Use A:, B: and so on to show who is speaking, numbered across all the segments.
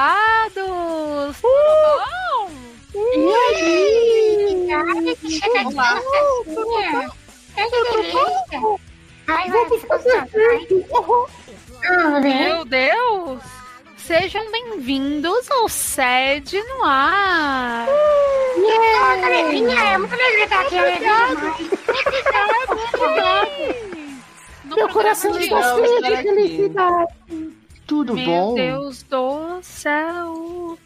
A: pesados! Uh! Tudo bom?
B: E aí? Ai, que chegadinha
A: Olá.
B: fofinha. Ai, que delícia. Ai, vai desgostosa. Ai, ah, né?
A: Meu Deus! Sejam bem-vindos ao SED no ar!
B: Ah, que alegria. É muito alegria estar aqui. Alegria demais.
A: No
C: Meu
A: programa
C: coração
A: de
C: está
A: hoje,
C: cheio
D: estar
C: de
D: aqui.
C: felicidade. Tudo
A: Meu
C: bom?
A: Deus do céu!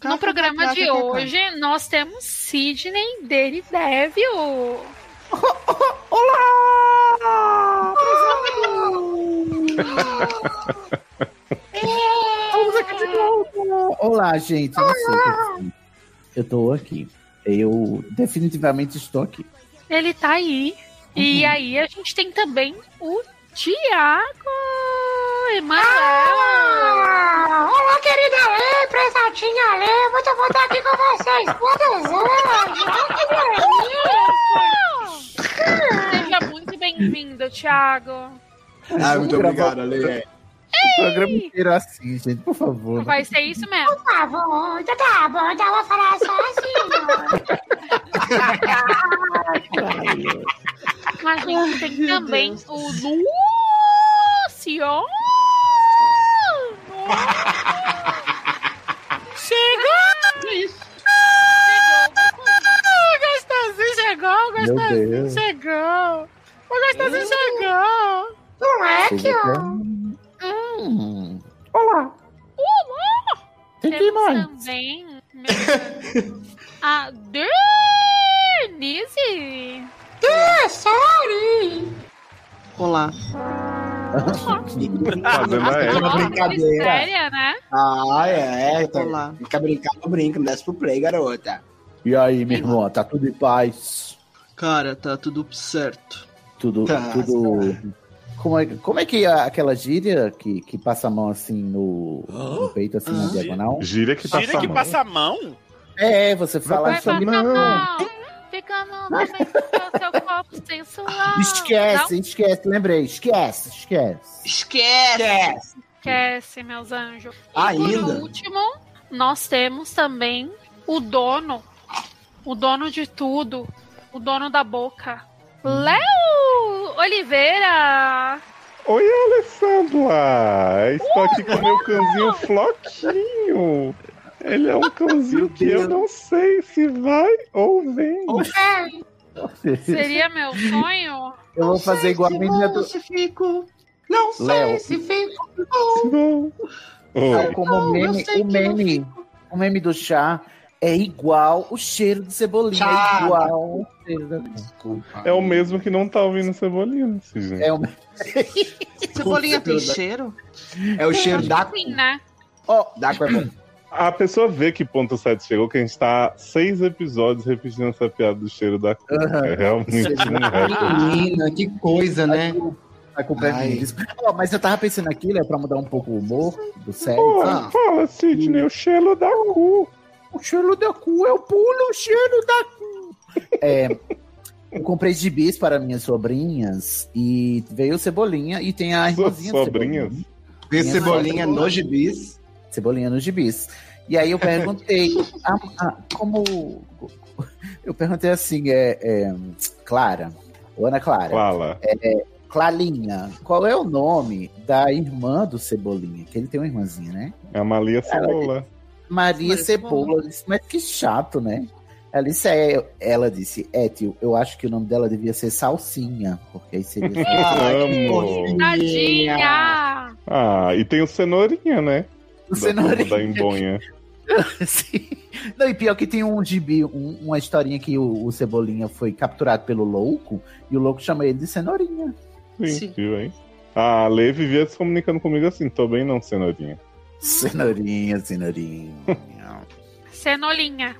C: Cá,
A: no programa
C: cá,
A: de
C: cá, cá, cá.
A: hoje, nós temos Sidney Deridevio.
C: Olá! Estamos aqui de novo. Olá, gente. Não sei o que eu fiz. Eu tô aqui. Eu definitivamente estou aqui.
A: Ele tá aí. E
C: Uhum.
A: aí a gente tem também o Tiago Emanuel.
B: Ah, Olá, querida Lê, prezadinha Lê. Muito bom estar aqui com vocês. Então, Todos hoje. Ai, que delícia.
A: Seja muito bem-vindo, Tiago.
D: Ah,
C: Vamos
D: muito obrigado,
C: gravar
D: Ale.
C: O programa inteiro assim, gente. Por favor.
A: Vai ser isso mesmo.
B: Tá bom, então tá bom. Então eu vou falar só assim. ó.
A: A gente tem também o Luciano. Chegou! Chegou! Gostosinho chegou,
C: Meu
A: gostosinho
C: Deus.
A: chegou. O gostosinho chegou.
B: Não é
C: Vocês
B: que eu...
C: estão- Hum. Olá. Tem que ir
A: Temos
C: mais.
A: também meu Deus, a Denise.
B: Ah, sorry.
D: Olá.
E: Fazendo a
D: Era
E: Eva.
D: É uma brincadeira.
A: Séria, né?
D: Ah, é. é, Tá.
E: Olá.
D: Fica brincando, brinca. Não desce pro play, garota.
C: E aí, minha irmã? Tá tudo em paz?
E: Cara, tá tudo certo.
C: Tudo.
D: Tá.
C: tudo...
E: tá.
C: Como é, como é que é aquela gíria que, que passa a mão assim no, no peito, assim na
E: Ah.
C: diagonal?
E: Gira que passa
F: Gira
E: a
F: que
E: mão.
F: passa a mão?
C: É, você fala
A: Vai
C: isso
A: pra
C: ali.
A: Natal. Fica no momento seu corpo sensual.
C: Esquece, esquece, lembrei. Esquece, esquece.
E: Esquece!
A: Não esquece, meus anjos. E por
D: Ainda?
A: último, nós temos também o dono. O dono de tudo. O dono da boca. Léo Oliveira.
F: Oi, Alessandra! Estou aqui com meu cãozinho Floquinho. Ele é um cãozinho que eu não sei se vai ou vem.
C: Oh.
B: É.
A: Seria meu sonho?
C: Eu vou fazer igual a menina do
E: Se fico.
D: Não
C: Léo.
D: sei se fica.
F: Não.
C: Tal
F: Oi.
C: como o meme, o meme, o meme do chá é igual o cheiro de cebolinha,
D: Chá.
C: é igual o cheiro da...
D: Desculpa.
F: É o mesmo que não tá ouvindo cebolinha, esse gente.
C: É o...
E: Cebolinha tem
D: Puta,
E: cheiro?
D: É o cheiro da...
A: Sim, né?
C: Ó,
D: Da água é bom.
F: A pessoa vê que ponto 7 chegou, que a gente tá seis episódios repetindo essa piada do cheiro da cor. É realmente um recorde.
D: Menina, que coisa, né?
C: a culpa é
D: Ai.
C: minha. Ó, mas eu tava pensando aqui, né, pra mudar um pouco o humor do sério.
F: Pô,
D: Ah.
F: fala, Sidney,
C: Hum.
F: o cheiro da cu.
C: O cheiro da cu, eu pulo o cheiro da cu. É, eu comprei gibis para minhas sobrinhas e veio cebolinha e tem a
F: Suas
C: irmãzinha de
F: sobrinhas.
C: Cebolinha,
D: Ver
C: Minha
D: cebolinha
C: mãe.
D: no gibis.
C: Cebolinha nos gibis. E aí eu perguntei a- a- como eu perguntei assim, é, é, Clara, ou Ana Clara,
F: Fala.
C: Clalinha, qual é o nome da irmã do Cebolinha? Que ele tem uma irmãzinha, né?
F: É a Malia Cebola.
C: Maria
E: Mas
C: Cebola. Eu disse, mas que chato, né? Ela disse, é, ela disse, é, tio, eu acho que o nome dela devia ser Salsinha, porque aí seria.
F: Amo.
A: Tadinha.
F: Ah, e tem o Cenourinha, né?
C: o
F: Da turma Da
C: cenourinha.
F: Embonha.
C: Sim. Não, e pior que tem um gibi, um- uma historinha que o, o Cebolinha foi capturado pelo louco, e o louco chama ele de Cenourinha.
F: Sim,
E: Sim.
F: viu, hein? A Lê vivia se comunicando comigo assim, tô bem não, Cenourinha.
C: Cenourinha, Cenourinha.
A: Cenolinha.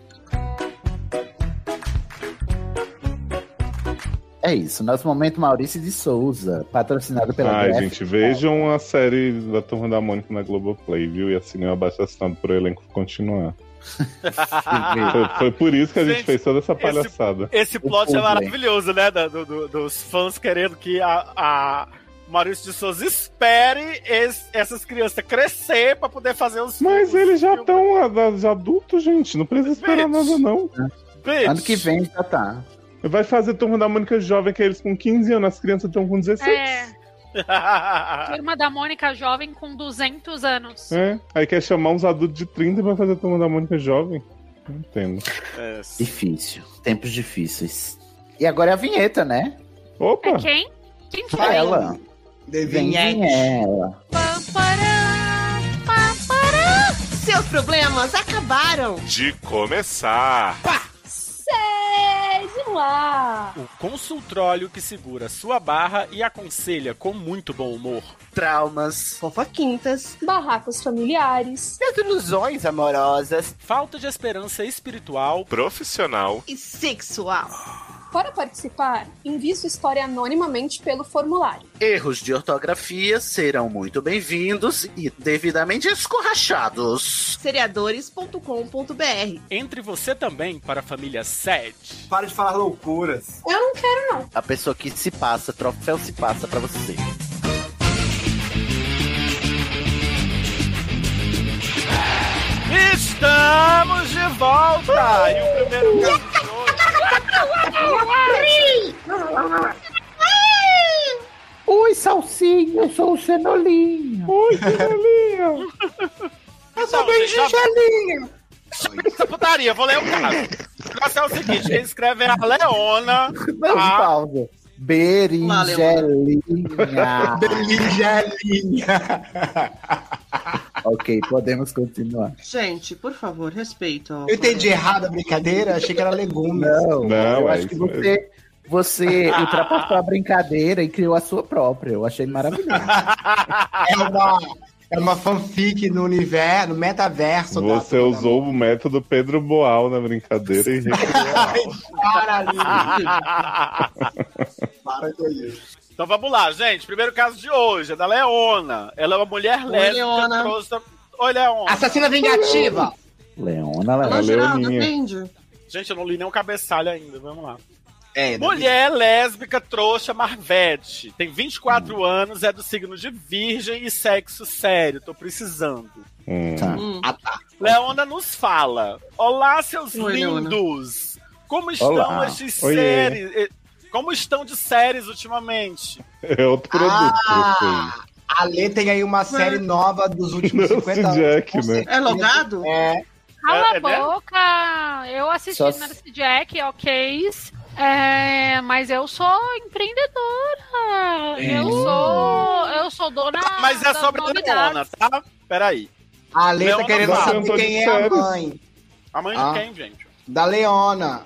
C: é isso, nosso momento Maurício de Souza, patrocinado pela
F: Ai,
C: Graphic.
F: gente, vejam a série da Turma da Mônica na Globoplay, viu? E assinem o abaixo assinado pro elenco continuar.
G: Ah.
F: Foi, foi por isso que a gente,
G: Gente,
F: fez toda essa
G: esse-
F: palhaçada.
G: Esse plot
C: povo,
G: é maravilhoso, né? da- do- do- dos fãs querendo que a, a, Maurício de Souza espere es- essas crianças crescer pra poder fazer os
F: Mas
G: os
F: eles já tá-
G: filmes.
F: estão adultos, gente. Não precisa esperar
G: Bitch.
F: nada, não.
G: Bitch.
C: Ano que vem já tá.
F: Vai fazer turma da Mônica jovem, que é eles com 15 anos, as crianças estão com 16.
A: É, turma da Mônica jovem com 200 anos.
F: É. Aí quer chamar uns adultos de 30 e vai fazer turma da Mônica jovem. Não entendo.
G: É.
C: Difícil. Tempos difíceis. E agora é a vinheta, né?
F: Opa!
A: É quem? Quem foi?
C: Pra ela. Vem vinheta.
A: Pam, pará, pam, pará.
E: Seus problemas acabaram.
H: De começar.
I: Sei lá.
G: O consultróleo que segura sua barra e aconselha com muito bom humor.
D: Traumas,
E: Fofoquintas.
I: Barracos familiares.
D: desilusões amorosas.
G: Falta de esperança espiritual.
H: Profissional.
E: E sexual.
I: Para participar, envie sua história anonimamente pelo formulário.
C: Erros de ortografia serão muito bem-vindos e devidamente escorrachados.
E: Seriadores.com.br
G: Entre você também para a família Sede.
D: Para de falar loucuras.
I: Eu não quero.
C: A pessoa que se passa, troféu se passa pra você.
G: Estamos de volta! E o primeiro caso de hoje- né?
C: Oi, Salsinha, eu sou o Cenolinho.
F: Oi, que galinha!
G: Eu sou bem Essa putaria, vou ler o caso. O caso é o seguinte: quem escreve é a Leona.
C: Não,
G: Ah.
C: pausa. Berinjelinha.
D: é
C: ok, podemos continuar.
E: Gente, por favor, respeito.
D: Eu entendi errado a brincadeira, achei que era legumes.
C: Não,
F: Não,
C: eu
F: é
C: acho que
F: isso mesmo.
C: você, você ultrapassou a brincadeira e criou a sua própria. Eu achei maravilhoso.
D: É uma, é uma fanfic no universo, no metaverso. da-
F: Você usou o método Pedro Boal na brincadeira e
D: Para, Lili. Para com isso.
G: Então vamos lá, gente. Primeiro caso de hoje é da Leona. Ela é uma mulher
E: Oi,
G: lésbica.
E: Leona.
G: Trouxe... Oi, Leona.
D: Assassina vingativa.
C: Leona,
E: Alô,
C: Leona.
E: Geraldo,
F: Leoninha.
E: atende.
G: Gente, eu não li nem o cabeçalho ainda. Vamos lá.
D: É,
G: Mulher lésbica, trouxa, marvete. Tem 24 anos, é do signo de virgem e sexo sério. Tô precisando.
F: hum.
C: Tá.
E: Hum,
G: Leona nos fala. Olá, seus
E: Oi, Leona.
G: lindos. Como estão
F: Olá.
G: estes
F: Oiê.
G: seres... eh, Como estão de séries ultimamente?
F: É outro produto.
D: Ah, a Lê tem aí uma série nova dos últimos
F: Nancy
D: 50 anos.
F: Jack,
D: Com
F: né?
D: certeza.
E: É logado?
D: É.
A: Cala
G: É- é
A: a boca! Eu assisti
C: Só se-
A: Nancy Jack, ok. É, mas eu sou empreendedora. Eu sou. Eu sou dona.
E: Ah,
G: Mas é
E: tá
A: das
G: sobre a Leona,
A: novidades.
G: tá? Peraí.
D: A Lê
G: Leona
D: tá querendo
G: Brau.
F: Eu tô
D: saber
F: de
D: quem é a
F: férias.
D: mãe.
G: A mãe
D: Ah.
G: de quem, gente?
D: Da Leona.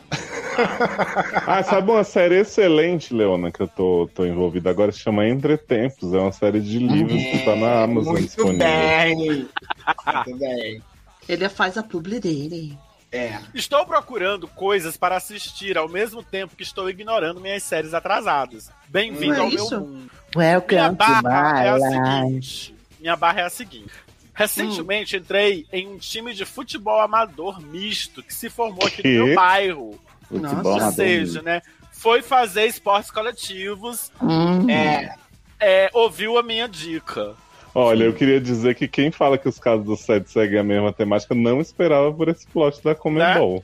F: Ah, sabe uma série excelente, Leona, que eu tô, tô envolvida agora, se chama Entretempos. É uma série de livros que tá na Amazon
D: É, Muito
F: disponível.
D: bem. Muito bem.
E: Ele faz a publi dele.
D: É.
G: Estou procurando coisas para assistir ao mesmo tempo que estou ignorando minhas séries atrasadas. Bem-vindo
E: Não é
G: ao
E: isso?
G: meu mundo. Minha
C: Welcome to
G: barra é a
C: my life.
G: seguinte. Minha barra é a seguinte. Recentemente entrei em um time de futebol amador misto que se formou aqui
F: Que?
G: no meu bairro.
E: Nossa.
C: bom,
G: Ou
C: adoro.
G: seja, né? Foi fazer esportes coletivos,
D: É.
G: é, ouviu a minha dica.
F: Olha, eu queria dizer que quem fala que os casos do set seguem a mesma temática não esperava por esse plot da Comembol.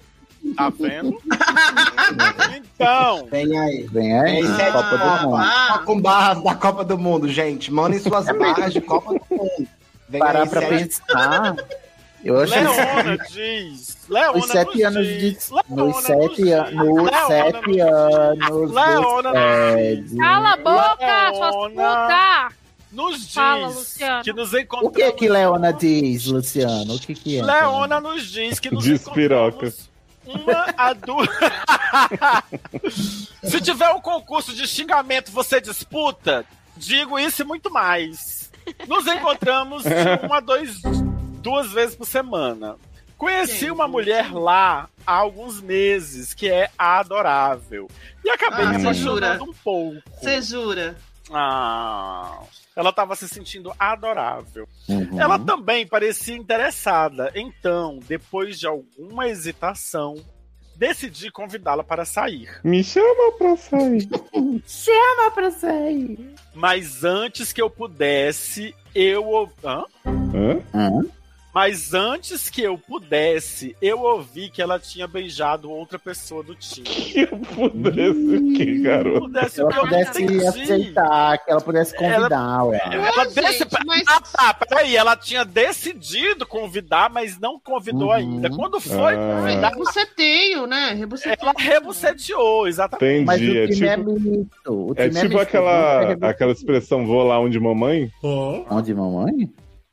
G: Tá vendo? então,
D: Vem aí.
C: Vem aí,
D: Esse é
C: Copa
D: de
C: do Mundo.
G: Ah.
D: Tá com barras da Copa do Mundo, gente. Mandem
F: É
D: suas barras de Copa do Mundo. Vem
C: Parar
D: aí,
C: pra
D: série-
C: pensar. Eu acho
G: Leona diz. Leona
C: Os sete
G: nos
C: anos de.
G: diz, Leona
C: Nos sete
G: diz,
C: anos. Nos
G: Leona nos
C: sete
G: diz.
C: anos.
G: Leona nos diz.
A: Cala a boca, suas
G: Leona.
A: puta!
G: Nos diz
A: Fala, Luciano.
G: que nos
C: O
G: encontramos.
C: que é que Leona diz, Luciano? O que que é?
G: Leona nos diz que nos
F: Diz piroca.
G: encontramos Uma a duas. Se tiver um concurso de xingamento, você disputa? Digo isso e muito mais. Nos encontramos de uma a dois, duas vezes por semana. Conheci
E: Gente.
G: uma mulher lá há alguns meses que é adorável. E acabei
E: Ah,
G: me
F: você
G: apaixonando
E: jura?
G: um pouco.
E: Você jura?
G: Ah, ela estava se sentindo adorável.
C: Uhum.
G: Ela também parecia interessada. Então, depois de alguma hesitação, decidi convidá-la para sair.
F: Me chama pra sair.
C: Chama pra sair.
G: Mas antes que eu pudesse, eu. ou- Hã?
F: Hã?
G: Mas antes que eu pudesse, eu ouvi que ela tinha beijado outra pessoa do time.
F: Que eu pudesse o que, garoto?
G: Pudesse,
C: Se ela
G: eu
C: pudesse
G: entendi.
C: aceitar, que ela pudesse convidar, ué.
G: Ela
E: Ué,
G: desse-
E: gente, mas-
G: Ah, tá, peraí. Ela tinha decidido convidar, mas não convidou
C: Uhum.
G: ainda. Quando foi
F: Ah.
G: convidar,
E: Rebuceteio, né? Rebuceteio.
G: ela rebuceteou, exatamente.
C: Mas
F: Entendi. É
C: o time é,
F: tipo,
C: mito. O
F: é
C: time
F: tipo
C: mito,
F: aquela,
C: não é
F: aquela expressão vou lá onde mamãe.
C: Onde, mamãe?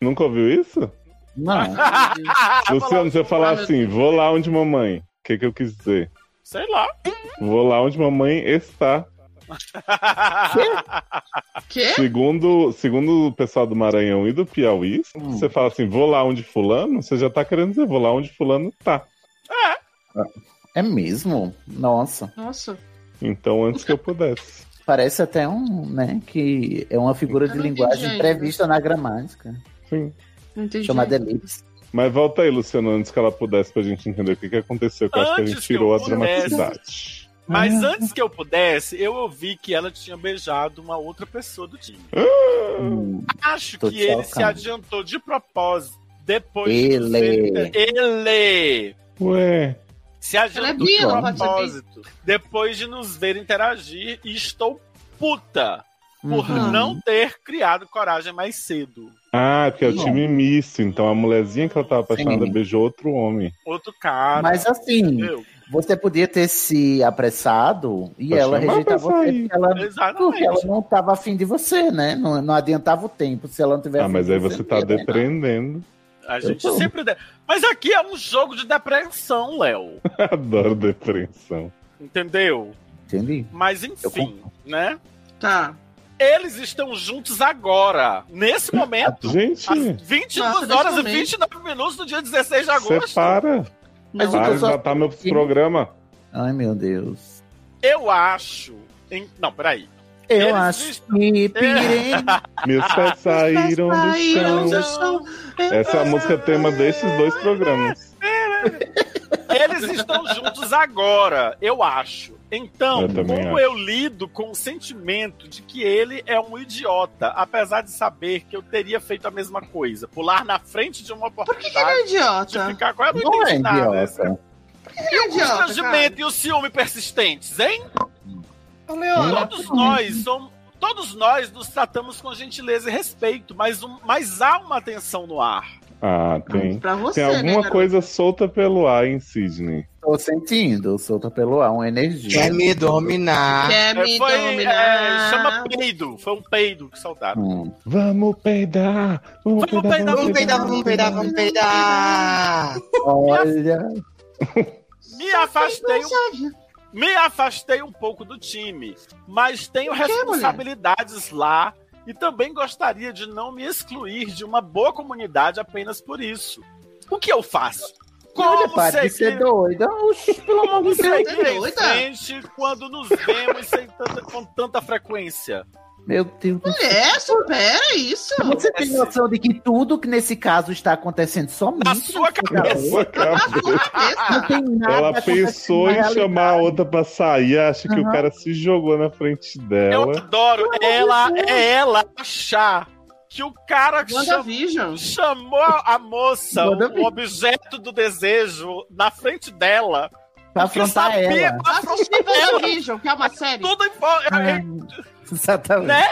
F: Nunca ouviu isso?
C: Não.
G: Ah,
F: Luciano, se eu falar
E: meu
F: assim, vou lá onde mamãe. O que, que eu quis dizer?
G: Sei lá.
F: Vou lá onde mamãe está.
E: Quê?
F: Segundo, segundo o pessoal do Maranhão e do Piauí,
C: Hum.
F: você fala assim, vou lá onde fulano, você já tá querendo dizer, vou lá onde fulano tá.
C: É mesmo? Nossa.
E: Nossa.
F: Então, antes que eu pudesse.
C: Parece até um, né? Que é uma figura
E: Eu
C: de
E: não
C: linguagem
E: entendi ainda.
C: prevista na gramática.
F: Sim.
E: Não entendi.
C: Chamada elipse.
F: Mas volta aí, Luciano, antes que ela pudesse, pra gente entender o que, que aconteceu, que eu acho que a
G: Antes
F: gente
G: que eu
F: tirou a
G: pudesse.
F: dramaticidade.
G: Mas
C: É.
G: antes que eu pudesse, eu ouvi que ela tinha beijado uma outra pessoa do time.
F: Ah,
C: Hum.
G: Acho
C: Tô
G: que ele
C: chocado.
G: se adiantou de propósito depois
C: Ele.
G: de ele
F: Ué,
G: se
E: Ela é
G: adiantou de
E: bi, ela pode ser bi.
G: propósito depois de nos ver interagir e estou puta por
C: Uhum.
G: não ter criado coragem mais cedo.
F: ah, porque é o
C: Não.
F: time misto, então a mulherzinha que ela tava apaixonada
C: Sim.
F: beijou outro homem.
G: Outro cara.
C: Mas assim,
G: entendeu?
C: você podia ter se apressado e
F: Pra
C: ela
F: chamar
C: rejeitar
F: pra
C: você
F: sair.
C: porque ela, porque
G: Exatamente.
C: ela não estava afim de você, né? Não, não adiantava o tempo se ela não tivesse.
F: Ah, mas aí você
C: né?
F: tá depreendendo.
G: A gente
C: Eu tô.
G: sempre. de- Mas aqui é um jogo de depressão, Léo.
F: Adoro depreensão.
G: Entendeu?
C: Entendi.
G: Mas
C: Eu
G: enfim,
C: compro.
G: né?
E: Tá.
G: Eles estão juntos agora, nesse momento.
F: Gente,
G: Às 22
E: Nossa,
G: horas
E: nesse
G: e
E: momento.
G: 29 minutos do dia 16 de agosto.
F: você para.
E: Não.
C: Mas o que
F: Para
C: eu
F: de
C: só-
F: matar meu programa.
C: Ai, meu Deus.
G: Eu acho. em- Não, peraí.
C: Eu
G: Eles
C: acho
G: estão-
C: que pirei.
F: Meus pés saíram do
E: Saíram
F: chão.
E: Então,
F: Essa é a música tema desses dois programas.
G: Eles estão juntos agora, eu acho. Então,
F: Eu também
G: como
F: acho.
G: eu lido com o sentimento de que ele é um idiota, apesar de saber que eu teria feito a mesma coisa, pular na frente de uma
E: Por que, que ele
G: oportunidade
E: é
G: de
E: idiota?
G: ficar com ela, não
C: Não é
G: entendi nada.
C: idiota.
E: Ele é
G: O
E: idiota. cara.
G: constrangimento e o ciúme persistentes, hein?
E: Leona,
G: Todos nós somos. Todos nós nos tratamos com gentileza e respeito, mas, um- mas há uma tensão no ar.
F: Ah, tem.
E: pra você,
F: Tem
E: né,
F: alguma
E: garoto?
F: coisa solta pelo ar em Sidney.
C: Tô sentindo, solta pelo ar, uma energia.
F: É.
D: Quer me dominar?
E: Quer me
G: É, foi,
E: dominar?
G: é, chama peido. Foi um peido que soltaram.
C: Hum.
F: Vamos peidar! Vamos,
G: Vamos
F: peidar,
G: peidar,
D: Vamos peidar, vamos peidar, vamos peidar.
C: Olha,
G: Me
E: é
G: afastei, um, me afastei um pouco do time, mas tenho
E: Por quê,
G: responsabilidades lá e também gostaria de não me excluir de uma boa comunidade apenas por isso. O que eu faço?
C: olha,
G: Como
C: para de ser
E: é
G: seguir
C: doida. Oxi, pelo amor de
G: Vamos
C: Deus.
G: seguir em
E: doida?
G: frente quando nos vemos sem tanta- com tanta frequência.
C: Meu Deus
G: É
C: do céu.
E: Mulher, supera isso.
C: Você tem noção de que tudo que nesse caso está acontecendo somente
G: Na sua cabeça.
F: Sua cabeça.
G: Ah,
C: Não tem nada.
F: Ela
C: acontecendo
F: pensou
C: na
F: em
C: realidade.
F: chamar a outra pra sair, acha que o
C: Aham.
F: cara se jogou na frente
G: Eu
F: dela.
G: adoro. Ela é ela achar que o cara chamou,
E: WandaVision.
G: chamou a moça, o,
C: Wandavision.
G: objeto do desejo, na frente dela.
C: Pra
G: porque
C: afrontar
G: sabia-
C: ela.
G: pra
E: Assistir
G: afrontar ela.
E: WandaVision, que é uma série.
G: Tudo em volta.
C: Ah, Exatamente.
G: Né?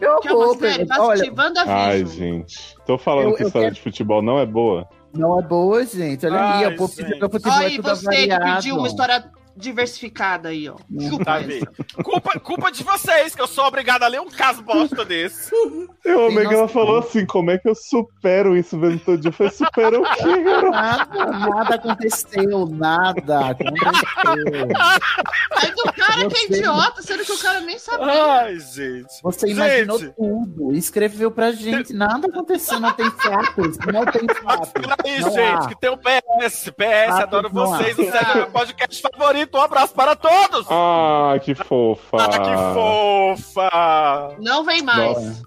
C: Eu
E: Que é uma
C: vou,
E: série. Vai
C: Pedro. Olha,
E: assistir WandaVision.
F: Ai, gente. Tô falando
C: Eu-
F: que
C: eu
F: história
C: quero-
F: de futebol não é boa.
C: não é boa, gente. Olha aí,
G: Ai,
C: o povo
G: gente.
C: do futebol
E: Olha
C: é
E: aí,
C: tudo
E: você que
C: avariado.
E: pediu uma história diversificada aí, ó. Chupa
G: Tá
E: essa.
G: vendo? culpa, culpa de vocês, que eu sou obrigado a ler um caso bosta desse.
F: Eu
C: Sim,
F: amei que ela
C: nossa.
F: falou assim: como é que eu supero isso vendo todo dia? Eu falei, supera o quê, garoto?
C: Nada, nada aconteceu, nada aconteceu.
E: Aí o cara que é
C: Você-
E: idiota, sendo que o cara nem sabe.
G: Ai, gente.
C: Você imaginou
G: Gente.
C: tudo, escreveu pra gente, nada aconteceu, não tem fatos, não tem
G: Mas
C: fatos.
G: peraí,
C: não
G: gente,
C: há.
G: que tem o PS. PS,
C: Ah,
G: adoro
C: não há.
G: vocês. O Sérgio é meu podcast favorito. Um abraço para todos.
F: Ah, que fofa.
G: Ah, que fofa!
E: Não vem mais.
F: Nossa.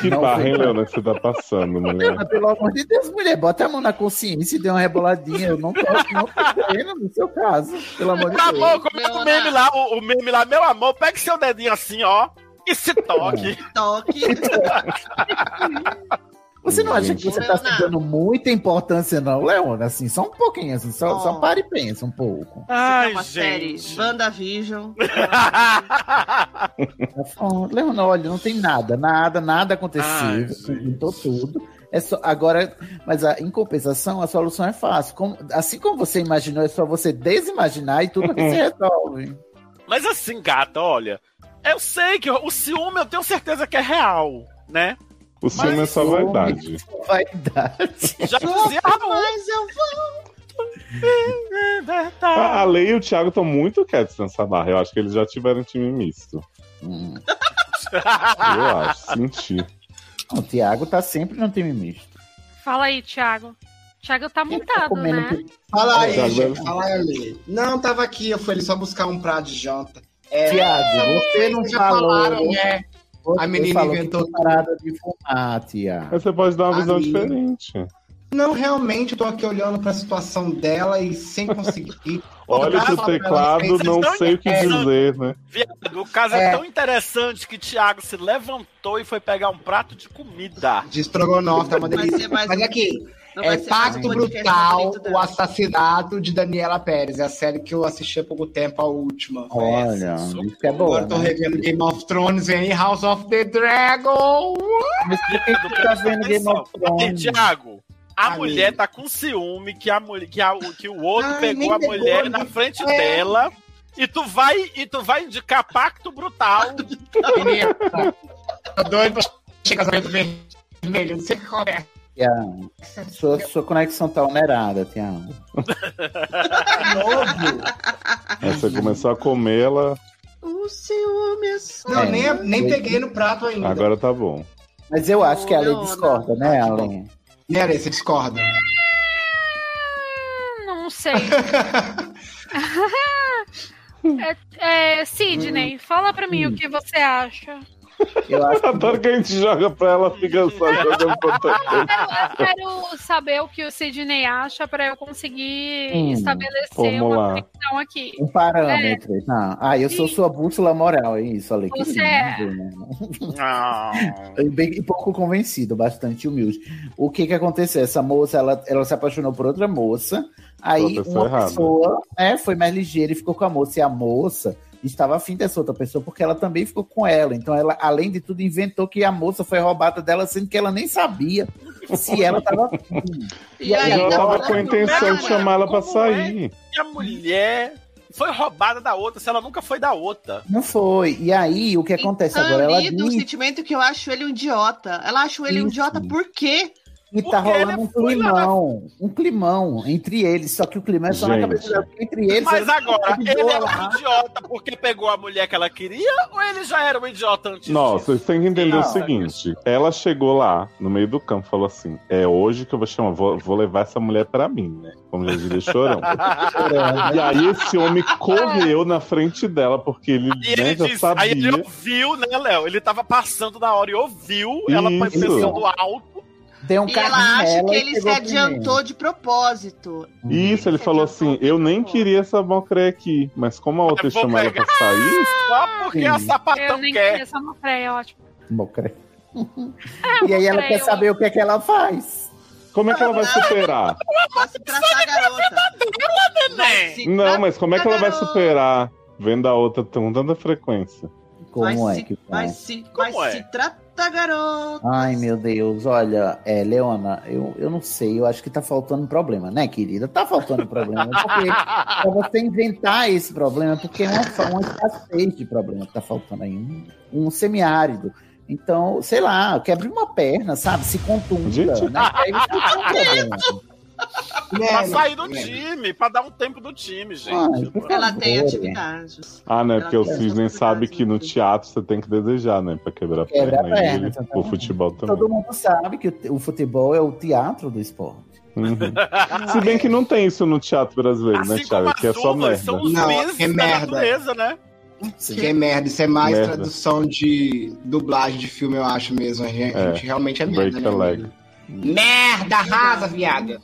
F: Que
C: Não,
F: barra,
C: foi
F: hein,
C: mal.
F: Leonardo, você tá passando, mulher.
C: Mas, pelo amor de Deus, mulher, bota a mão na consciência e dê uma reboladinha. Eu não tô, não tô querendo no seu caso. Pelo amor de
G: Tá
C: Deus.
G: bom, começa o
E: Leonardo.
G: meme lá, o, o meme lá, meu amor, pegue seu dedinho assim, ó, e se toque.
E: Toque.
C: Você não acha que você tá se
E: Leonardo.
C: dando muita importância, não, Leona? Assim, só um pouquinho, assim, só,
E: Ó.
D: Oh.
C: só para e pensa um pouco.
E: Ai,
G: Ai,
E: é uma série.
G: gente.
E: WandaVision.
C: Oh, Leona, olha, não tem nada, nada, nada aconteceu.
G: Ai,
C: Você inventou tudo. É só, agora, mas a, em compensação, a solução é fácil. Como- assim como você imaginou, é só você desimaginar e tudo que se resolve.
G: Mas assim, gata, olha, eu sei que o ciúme eu tenho certeza que é real, né?
F: O ciúme é só
C: o-
F: vaidade.
C: Vai dar.
G: Já dizia Raul. É
E: Mas eu
F: A, a Leia e o Thiago estão muito quietos nessa barra. Eu acho que eles já tiveram um time misto.
C: Hum.
F: Eu
C: Ah.
F: acho, senti.
C: O Thiago tá sempre no time misto.
A: Fala aí, Thiago. Thiago tá
C: Ele tá
A: montado,
C: comendo
A: né?
D: Fala
F: Tá
D: aí, gente.
F: vendo?
D: Fala aí. Não, tava aqui, eu fui ali só buscar um prato de janta. É,
C: Tiago, você não
D: vocês já
C: falou.
D: falaram, né?
C: você
D: A menina
C: falou
D: inventou
C: que tem parada de fumar, Tiago.
F: Mas você pode
C: Ah,
F: dar uma visão
D: Amigo.
F: diferente.
D: Não, realmente, eu tô aqui olhando pra situação dela e sem conseguir.
F: Olha
D: Outra
F: esse
D: palavra,
F: teclado,
D: vocês
F: não
G: estão
F: sei o que
G: entendendo?
F: dizer, né?
G: Viado, o caso é.
D: É.
G: tão interessante que Thiago se levantou e foi pegar um prato de comida.
D: De estrogonofe, tá uma
E: Vai
D: delícia.
E: ser mais
D: Mas
E: um-
D: aqui,
E: não vai
D: é
E: ser
D: Pacto
E: mais um podcast
D: Brutal,
E: favorito
D: o
E: dela.
D: assassinato de Daniela Pérez. É a série que eu assisti há pouco tempo, a última. Foi essa.
C: Olha, isso é bom.
D: Agora eu tô
C: Né?
D: revendo Game of Thrones e House of the Dragon.
C: Mas por que que tá vendo Game of
G: Ei,
C: Thrones?
G: Thiago, a
D: Amigo.
G: mulher tá com ciúme que, a, mulher- que, a- que o outro
D: Ai,
G: pegou
D: nem
G: a
D: pegou,
G: mulher
D: nem-
G: na frente
D: É.
G: dela. E tu vai e tu vai indicar pacto brutal.
D: Menina, tô doido pra chegar casamento vermelho. Não sei o que acontece.
C: Tiago, sua, sua conexão tá onerada, Tiago. Ah.
F: Aí Você começou a comer, ela.
E: O ciúme é só...
D: Não,
C: É.
D: nem, nem peguei no prato ainda.
F: Agora tá bom.
C: Mas eu acho que a lei
E: Leona.
C: discorda, né, Alan?
D: E aí, você discorda?
A: Hum, Não sei. É, é, Sidney, fala pra mim
C: Hum.
A: o que você acha.
C: Eu acho
F: Adoro que a gente joga pra ela, fica só jogando pra outra coisa.
A: Eu quero saber o que o Sidney acha pra eu conseguir
C: Hum,
A: estabelecer uma
F: Formular.
A: conexão aqui.
C: um parâmetro. tá? Ah, eu sou
A: É. Sim.
C: sua bússola moral, é isso, Ale. que
A: Você
C: lindo,
A: é.
C: né?
G: Ah.
C: E bem- e pouco convencido, bastante humilde. O que que aconteceu? Essa moça, ela, ela se apaixonou por outra moça. Aí
F: Outra pessoa
C: uma
F: errada.
C: pessoa né, foi mais ligeira e ficou com a moça. E a moça estava afim dessa outra pessoa porque ela também ficou com ela. Então ela, além de tudo, inventou que a moça foi roubada dela, sendo que ela nem sabia se ela estava afim. E aí,
F: E ela
C: Agora
F: tava com a intenção de chamar ela pra sair.
G: E a mulher foi roubada da outra, se ela nunca foi da outra.
C: Não foi. E aí, o que acontece
G: Então,
C: agora? Ela
E: Ela um
C: diz
E: sentimento que eu acho ele um idiota. Ela acha ele um
C: Isso.
E: idiota por quê?
C: que tá
G: porque
C: rolando um
G: ele foi lá.
C: climão. Um climão entre eles. Só que o climão é só na
F: Gente.
C: cabeça dela. porque Entre eles.
G: Mas
C: ela-
G: agora, ele é
C: lá.
G: um idiota porque pegou a mulher que ela queria ou ele já era um idiota antes?
F: Nossa,
G: disso?
F: vocês têm que entender
C: Não,
F: o seguinte: ela chegou lá no meio do campo e falou assim: É hoje que eu vou chamar, vou, vou levar essa mulher pra mim, né? Como já diria chorão.
C: né?
F: e aí esse homem correu na frente dela, porque ele,
G: E ele
F: né, já
G: disse,
F: sabia.
G: aí ele ouviu, né, Léo? Ele tava passando da hora e ouviu, ela foi
F: Isso.
G: pensando alto.
C: Tem um
E: e
C: carrinho
E: ela acha
C: nela
E: que
C: e
E: ele se
C: pegou
E: adiantou de propósito.
F: E Isso, ele falou assim: Eu nem queria essa mocré aqui, mas como a outra
G: Eu vou
F: chamou ela pra sair,
G: Só porque
C: Sim.
G: a
A: Eu
G: sapatão
A: nem
G: quer.
A: queria essa matéria, ótimo.
C: primeiro. Mocre. e aí ela
A: mocre,
C: quer
A: eu-
C: saber o que é que ela faz.
F: como é que ela vai superar?
E: Pra se tratar a garota.
G: neném.
E: Se
F: Não,
E: tra-
F: mas como é que ela vai
E: Garoto.
F: superar vendo a outra com tanta frequência?
C: Como
E: vai
C: é
E: se,
C: que
E: vai
C: faz?
E: se, vai
G: Como é?
E: se trata, garota.
C: Ai, meu Deus, olha, é, Leona, eu, eu não sei, eu acho que tá faltando problema, né, querida? Tá faltando problema, porque pra você inventar esse problema, porque é uma, uma escassez de problema que tá faltando aí, um, um semiárido. Então, sei lá, quebra uma perna, sabe? Se contunda,
F: Gente.
C: né? Aí você tem um problema.
G: Pra
D: Né,
G: sair do
F: É.
D: né?
G: time, pra dar um tempo do time, gente.
C: Ai, por
E: Ela tem
C: favor.
E: atividades.
F: Ah, né? Porque o
E: Ela tem
F: Cisne
E: essa
F: sabe
E: possibilidade,
F: que no
E: né?
F: teatro você tem que desejar, né? Pra quebrar a
C: Quebra a
F: perna. e
C: perna,
F: ele-
C: exatamente.
F: o futebol também.
C: Todo mundo sabe que o- o futebol é o teatro do esporte.
F: Uhum. Se bem que não tem isso no teatro brasileiro, né,
G: Assim como
F: Thiago? Que é
G: as
F: só
G: uvas
F: merda.
G: são os
D: Não,
G: juízes
D: é
G: da
D: merda.
G: natureza, né?
D: Que é merda, isso é mais
F: Merda.
D: tradução de dublagem de filme, eu acho mesmo. A gente
F: É.
D: realmente é merda.
F: Break the
D: né,
F: leg.
D: amigo? Merda, arrasa, viada.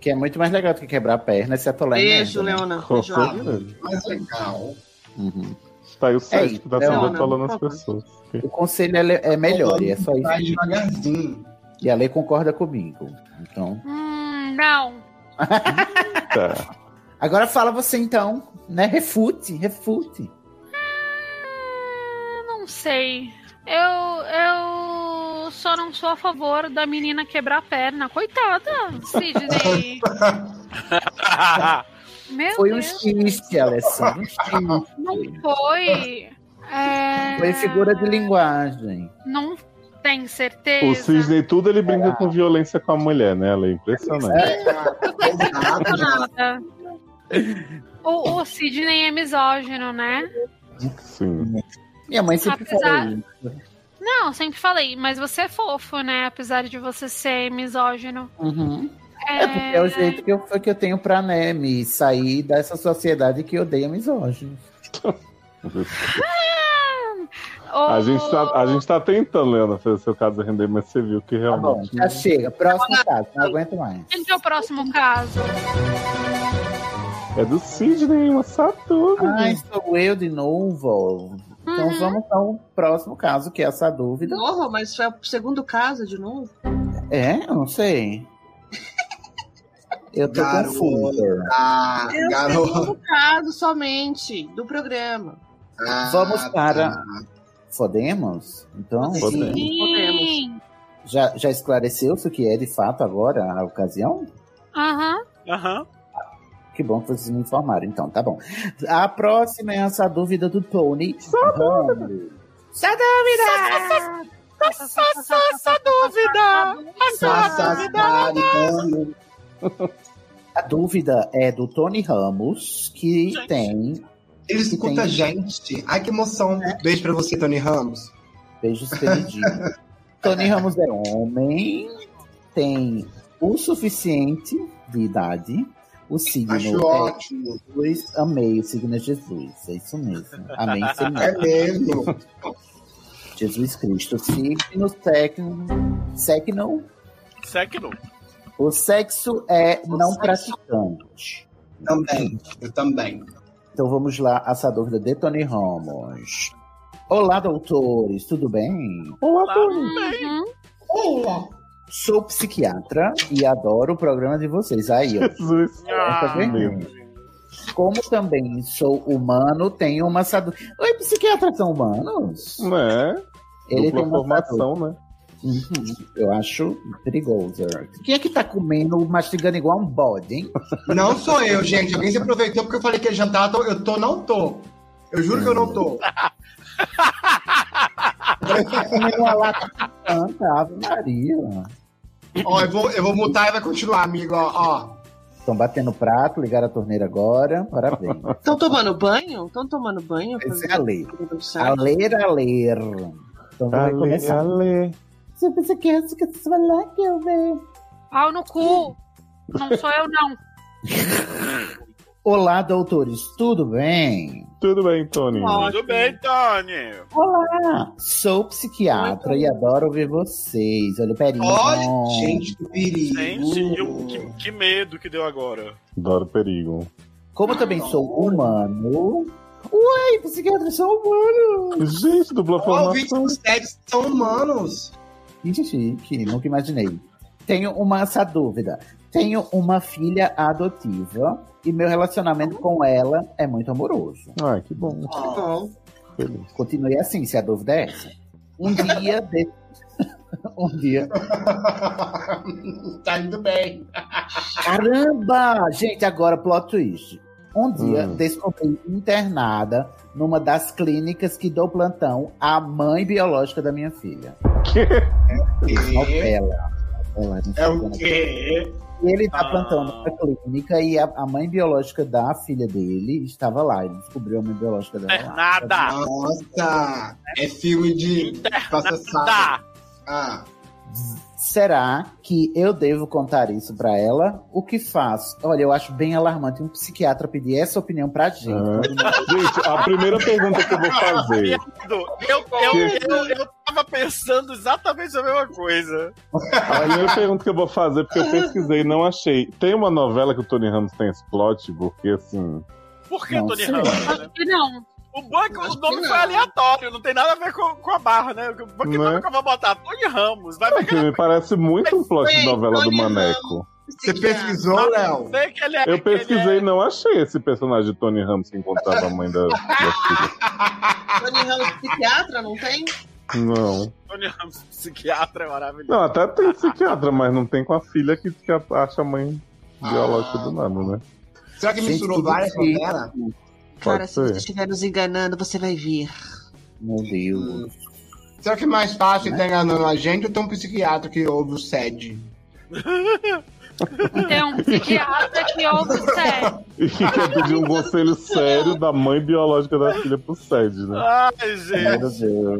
C: Que é muito mais legal do que quebrar a perna, exceto lá em
E: Beijo,
C: merda,
E: Leona.
F: Com
E: Beijo, Alan.
F: certeza.
D: Mas é legal.
C: né? Uhum.
F: Tá aí o site que tá
C: Não,
F: sempre
E: não,
F: falando as
E: por favor.
F: pessoas.
C: O conselho é, le- é melhor, e é só
D: Vai
C: isso.
D: Tá devagarzinho.
C: E a lei concorda comigo. Então.
A: Hum, não.
F: Tá.
C: Agora fala você então, né? Refute, refute.
A: Eu Ah, não sei. Eu, eu só não sou a favor da menina quebrar a perna. Coitada, Sidney. Meu
C: Foi um
A: Deus,
C: xiste, Alessandro. Um xiste.
A: não foi. É,
C: Foi figura de linguagem.
A: Não tem
F: O
A: certeza.
F: Cisne, tudo ele brinca
C: É.
F: com violência com a mulher, né? Ela é impressionante.
D: Exato, Tá já.
A: nada. O, o Sidney é misógino, né?
C: É.
F: Sim.
C: Minha mãe sempre
A: Apesar-
C: falou isso.
A: Não, sempre falei, mas você é fofo, né? Apesar de você ser misógino.
C: Uhum.
A: É,
C: É porque é o jeito que eu, que eu tenho pra né, me sair dessa sociedade que odeia misóginos.
A: o-
F: A gente, tá, a gente tá tentando, Leandro, fazer seu caso render, mas você viu que
C: Tá bom,
F: realmente.
C: já chega. Próximo caso, não aguento mais.
A: Quem que é o próximo caso?
F: É do Sidney, uma Saturno.
C: Ai, sou eu de novo. Então
A: Uhum.
C: vamos ao próximo caso, que é essa dúvida.
E: Porra, mas foi o segundo caso de novo?
C: É, eu não sei. Eu tô
D: Garoto.
C: confusa.
D: Ah,
E: É o
D: garoto.
E: segundo caso somente do programa.
D: Ah,
C: Vamos
D: tá.
C: para- Podemos? Então,
F: Podemos.
A: Sim.
C: já, já esclareceu-se o que é de fato agora a ocasião?
A: Aham.
G: Aham.
C: Que bom que vocês me informaram, então, tá bom. A próxima é essa dúvida do Tony. Só dúvida!
G: Essa dúvida!
D: Sá, sá, sá, ligando.
C: A dúvida é do Tony Ramos, que
G: Gente.
C: tem.
D: Ele escuta a
C: Tem.
D: gente. Ai, que emoção. Beijo pra você, Tony Ramos.
C: Beijos perdinhos. Tony Ramos é homem, tem o suficiente de idade. O signo
D: Acho
C: é
D: ótimo.
C: Jesus, amei, o signo é Jesus, é isso mesmo. Amém,
D: É
C: Senhor.
D: mesmo.
C: Jesus Cristo, signo, tecno, secno,
G: Secno.
C: o sexo é não
E: sexo.
C: praticante.
D: Também. Eu também.
C: Então vamos lá, essa dúvida de Tony Ramos. Olá, doutores, tudo bem?
F: Olá, Tony.
A: Uhum.
C: Sou psiquiatra e adoro o programa de vocês. Aí, ó.
F: Jesus.
G: Ah,
C: Tá vendo? Como também sou humano, tenho uma saúde. Oi, psiquiatras são humanos?
F: Né?
C: Ele tem um
F: Dupla
C: uma saúde.
F: formação, né?
C: Uhum, eu acho perigoso. Quem é que tá comendo, mastigando igual um bode, hein?
D: Não sou eu, gente. Alguém se aproveitou porque eu falei que ia jantar. tô- Eu tô, não tô. Eu juro que eu não tô.
C: Comendo É uma lata de planta, Ave Maria.
D: Ó, eu vou, eu vou mutar e vai continuar, amigo. Ó, ó.
C: Estão batendo prato, ligaram a torneira agora. Parabéns.
E: Estão tomando banho? Estão tomando banho?
C: Essa é a lei.
E: Não sei.
C: A ler, a ler. Então vai
F: Ale,
C: começar.
F: ale.
C: Você pensa que é isso que você vai lá que eu vejo.
A: Pau no cu. Não sou eu, não.
C: Olá, doutores, tudo bem?
F: Tudo bem, Tony.
E: Ótimo.
G: Tudo bem, Tony.
C: Olá, sou psiquiatra e adoro ouvir vocês. Olha o perinho.
D: Olha,
C: bom.
D: gente, que perigo.
G: Gente, e o- que, que medo que deu agora.
F: Adoro perigo.
C: Como eu também sou humano. Ué, psiquiatra, sou humano.
F: Gente, dupla
D: Ó, ouvintes
F: formação.
D: dos tédios são humanos.
C: Gente chique, nunca imaginei. Tenho uma essa dúvida. Tenho uma filha adotiva e meu relacionamento com ela é muito amoroso.
F: Ai, que bom.
E: Bom,
F: Feliz.
C: Continue assim, se a dúvida é essa. Um dia de... um dia.
D: tá indo bem.
C: Caramba! Gente, agora plot twist. Um dia
F: Hum.
C: descobri internada numa das clínicas que dou plantão a mãe biológica da minha filha.
D: E-
C: Novela. Ela não
D: É o
C: sabe
D: quê?
C: E ele tá
G: Ah.
C: plantando na clínica e a, a mãe biológica da filha dele estava lá. Ele descobriu a mãe biológica dela.
D: É.
C: lá.
G: Internada.
D: Nossa! É filme de
G: Internada.
D: processado. Ah,
C: Será que eu devo contar isso pra ela? O que faço? Olha, eu acho bem alarmante um psiquiatra pedir essa opinião pra gente.
F: Hã? É. Gente, a primeira pergunta que eu vou fazer.
G: Eu, eu, eu, eu tava pensando exatamente a mesma coisa.
F: A primeira pergunta que eu vou fazer, porque eu pesquisei e não achei. Tem uma novela que o Tony Ramos tem esse plot, porque assim.
G: Por que,
C: Não
G: Tony
C: sei.
G: Ramos? né?
A: Acho que não.
G: O banco,
E: Acho
G: o
E: que
G: nome
E: não.
G: foi aleatório, não tem nada a ver com, com a barra, né? Porque que
F: Né?
G: nome que eu vou botar? Tony Ramos. Vai ver que
F: que me parece muito um plot de
E: Ei,
F: novela do
E: Tony
F: Maneco.
D: Você pesquisou, Léo?
G: sei que ele é.
F: Eu
G: que ele
F: pesquisei e não achei esse personagem de Tony Ramos que encontrava a mãe da, da filha.
E: Tony Ramos psiquiatra, não tem?
F: Não.
G: é Tony Ramos, psiquiatra, é maravilhoso.
F: Não, até tem psiquiatra, mas não tem com a filha que que acha a mãe biológica do nada, né?
D: Será que
C: Gente,
D: misturou
C: tudo
D: várias
C: bem.
D: novelas?
E: Cara,
F: Pode
E: se
F: ser.
E: vocês estiver nos enganando, você vai vir.
C: Meu Deus.
D: Será que é mais fácil estar enganando a gente ou tem um psiquiatra que ouve o SED?
A: Tem um psiquiatra que ouve o sério.
F: E que quer pedir um conselho sério da mãe biológica da filha pro Sede, né?
G: Ai, gente.
C: Meu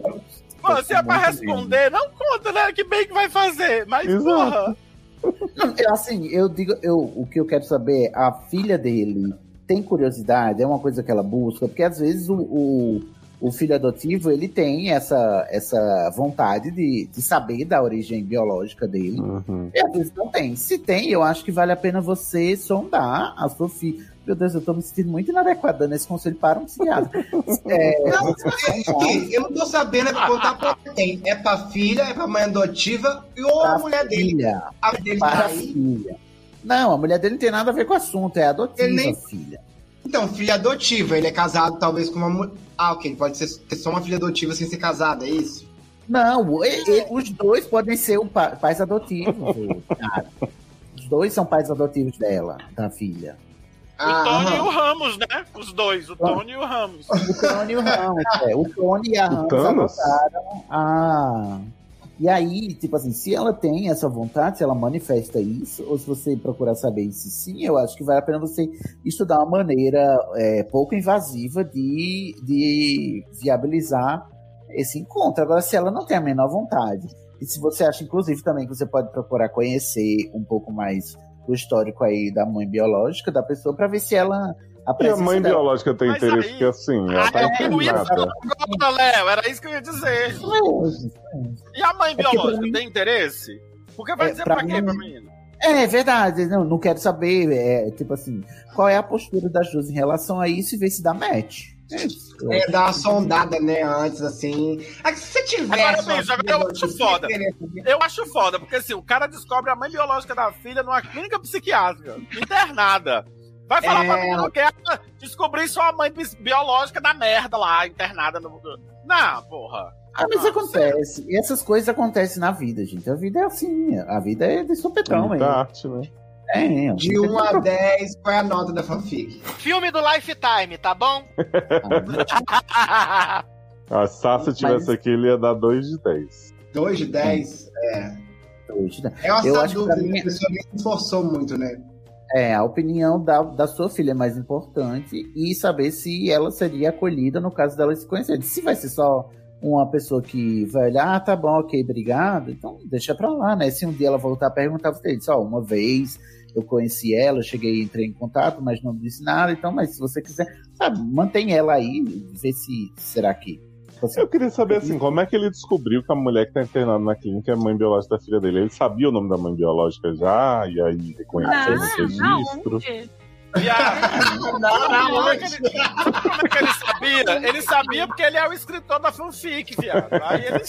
C: Deus.
G: Pô, se é pra
C: Muito lindo.
G: responder, não conta, né? Que bem que vai fazer. Mas,
F: Exato.
G: porra.
C: Não, eu, assim, eu digo, eu, o que eu quero saber, é, a filha dele tem curiosidade, é uma coisa que ela busca, porque às vezes o, o, o filho adotivo, ele tem essa, essa vontade de, de saber da origem biológica dele,
F: Uhum.
C: e às vezes não tem. Se tem, eu acho que vale a pena você sondar a sua filha. Meu Deus, eu tô me sentindo muito inadequada dando esse conselho para um psiquiatra. É,
D: Não, eu, eu não tô sabendo é pra contar pra quem. É pra filha, é pra mãe adotiva e ou a
C: Pra
D: mulher dele.
C: filha.
D: A mulher dele tá
C: para a
D: aí.
C: filha. Não, a mulher dele não tem nada a ver com o assunto, é adotiva,
D: Ele nem-
C: filha.
D: Então, filha adotiva, ele é casado talvez com uma mulher. Ah, ok, ele pode ser, ter só uma filha adotiva sem ser casada, é isso?
C: Não, e- e- os dois podem ser um pa- pais adotivos, cara. Os dois são pais adotivos dela, da filha.
G: O Tony e
D: Ah, aham.
G: o Ramos, né? Os dois, o Tony e o Ramos.
F: Ah,
C: O Tony e o Ramos, é. O Tony e a
F: O
C: Ramos
F: Thanos?
C: adotaram a... Ah. E aí, tipo assim, se ela tem essa vontade, se ela manifesta isso, ou se você procurar saber isso sim, eu acho que vale a pena você estudar uma maneira é, pouco invasiva de, de viabilizar esse encontro. Agora, se ela não tem a menor vontade, e se você acha, inclusive, também que você pode procurar conhecer um pouco mais o histórico aí da mãe biológica da pessoa, pra ver se ela.
F: E a
C: presença
F: mãe
C: dela-
F: biológica tem
G: Mas
F: interesse,
G: aí-
F: porque assim, ela tá
G: Ah, é, eu ia
F: internada.
G: Agora, Léo, era isso que eu ia dizer.
C: é
G: E a mãe
C: porque pra
G: biológica
C: mim-
G: tem interesse? Porque vai
C: É,
G: dizer
C: pra
G: pra, quê
C: mim-
G: pra menina?
C: É verdade, não, não quero saber, é, tipo assim, qual é a postura das duas em relação a isso e ver se dá match.
D: É, dar uma sondada, né, antes, assim. Ah, que se você tiver.
G: Agora,
D: sua
G: bicho,
D: filha
G: eu
D: adotiva,
G: acho foda.
D: você teria-
G: Eu acho foda, porque assim, o cara descobre a mãe biológica da filha numa clínica psiquiátrica, internada. Vai falar
D: É.
G: pra mim, não quer descobrir só a mãe bi- biológica da merda lá, internada no. Não, porra.
C: Ah, mas acontece. E essas coisas acontecem na vida, gente. A vida é assim, a vida é de sopetão,
F: Muita
C: mesmo.
F: arte, né?
C: É, é.
D: tá. De 1 a 10, qual é a nota da fanfic?
J: Filme do Lifetime, tá bom?
C: né?
F: Ah, se Sassi tivesse
C: Mas-
F: aqui, ele ia dar 2 de 10.
D: 2 de 10?
C: hoje, né?
D: É uma
C: Eu
D: só
C: acho que
D: dúvida,
C: pra
D: né?
C: mim-
D: a pessoa nem se esforçou muito, né?
C: É, a opinião da, da sua filha é mais importante e saber se ela seria acolhida no caso dela se conhecer. Se vai ser só uma pessoa que vai olhar, ah, tá bom, ok, obrigado, então deixa pra lá, né? Se um dia ela voltar a perguntar, você diz, ó, uma vez eu conheci ela, eu cheguei, entrei em contato, mas não disse nada, então, mas se você quiser, sabe, mantém ela aí, vê se será que. Assim,
F: Eu queria saber, assim, como é que ele descobriu que a mulher que tá internada na clínica é a mãe biológica da filha dele? Ele sabia o nome da mãe biológica já? E aí reconheceu no
A: Ah, Não,
F: registro?
A: aonde?
G: E aí,
E: Não,
G: como é que ele, como é que ele sabia? Ele sabia porque ele é o escritor da fanfic, viado. Aí ele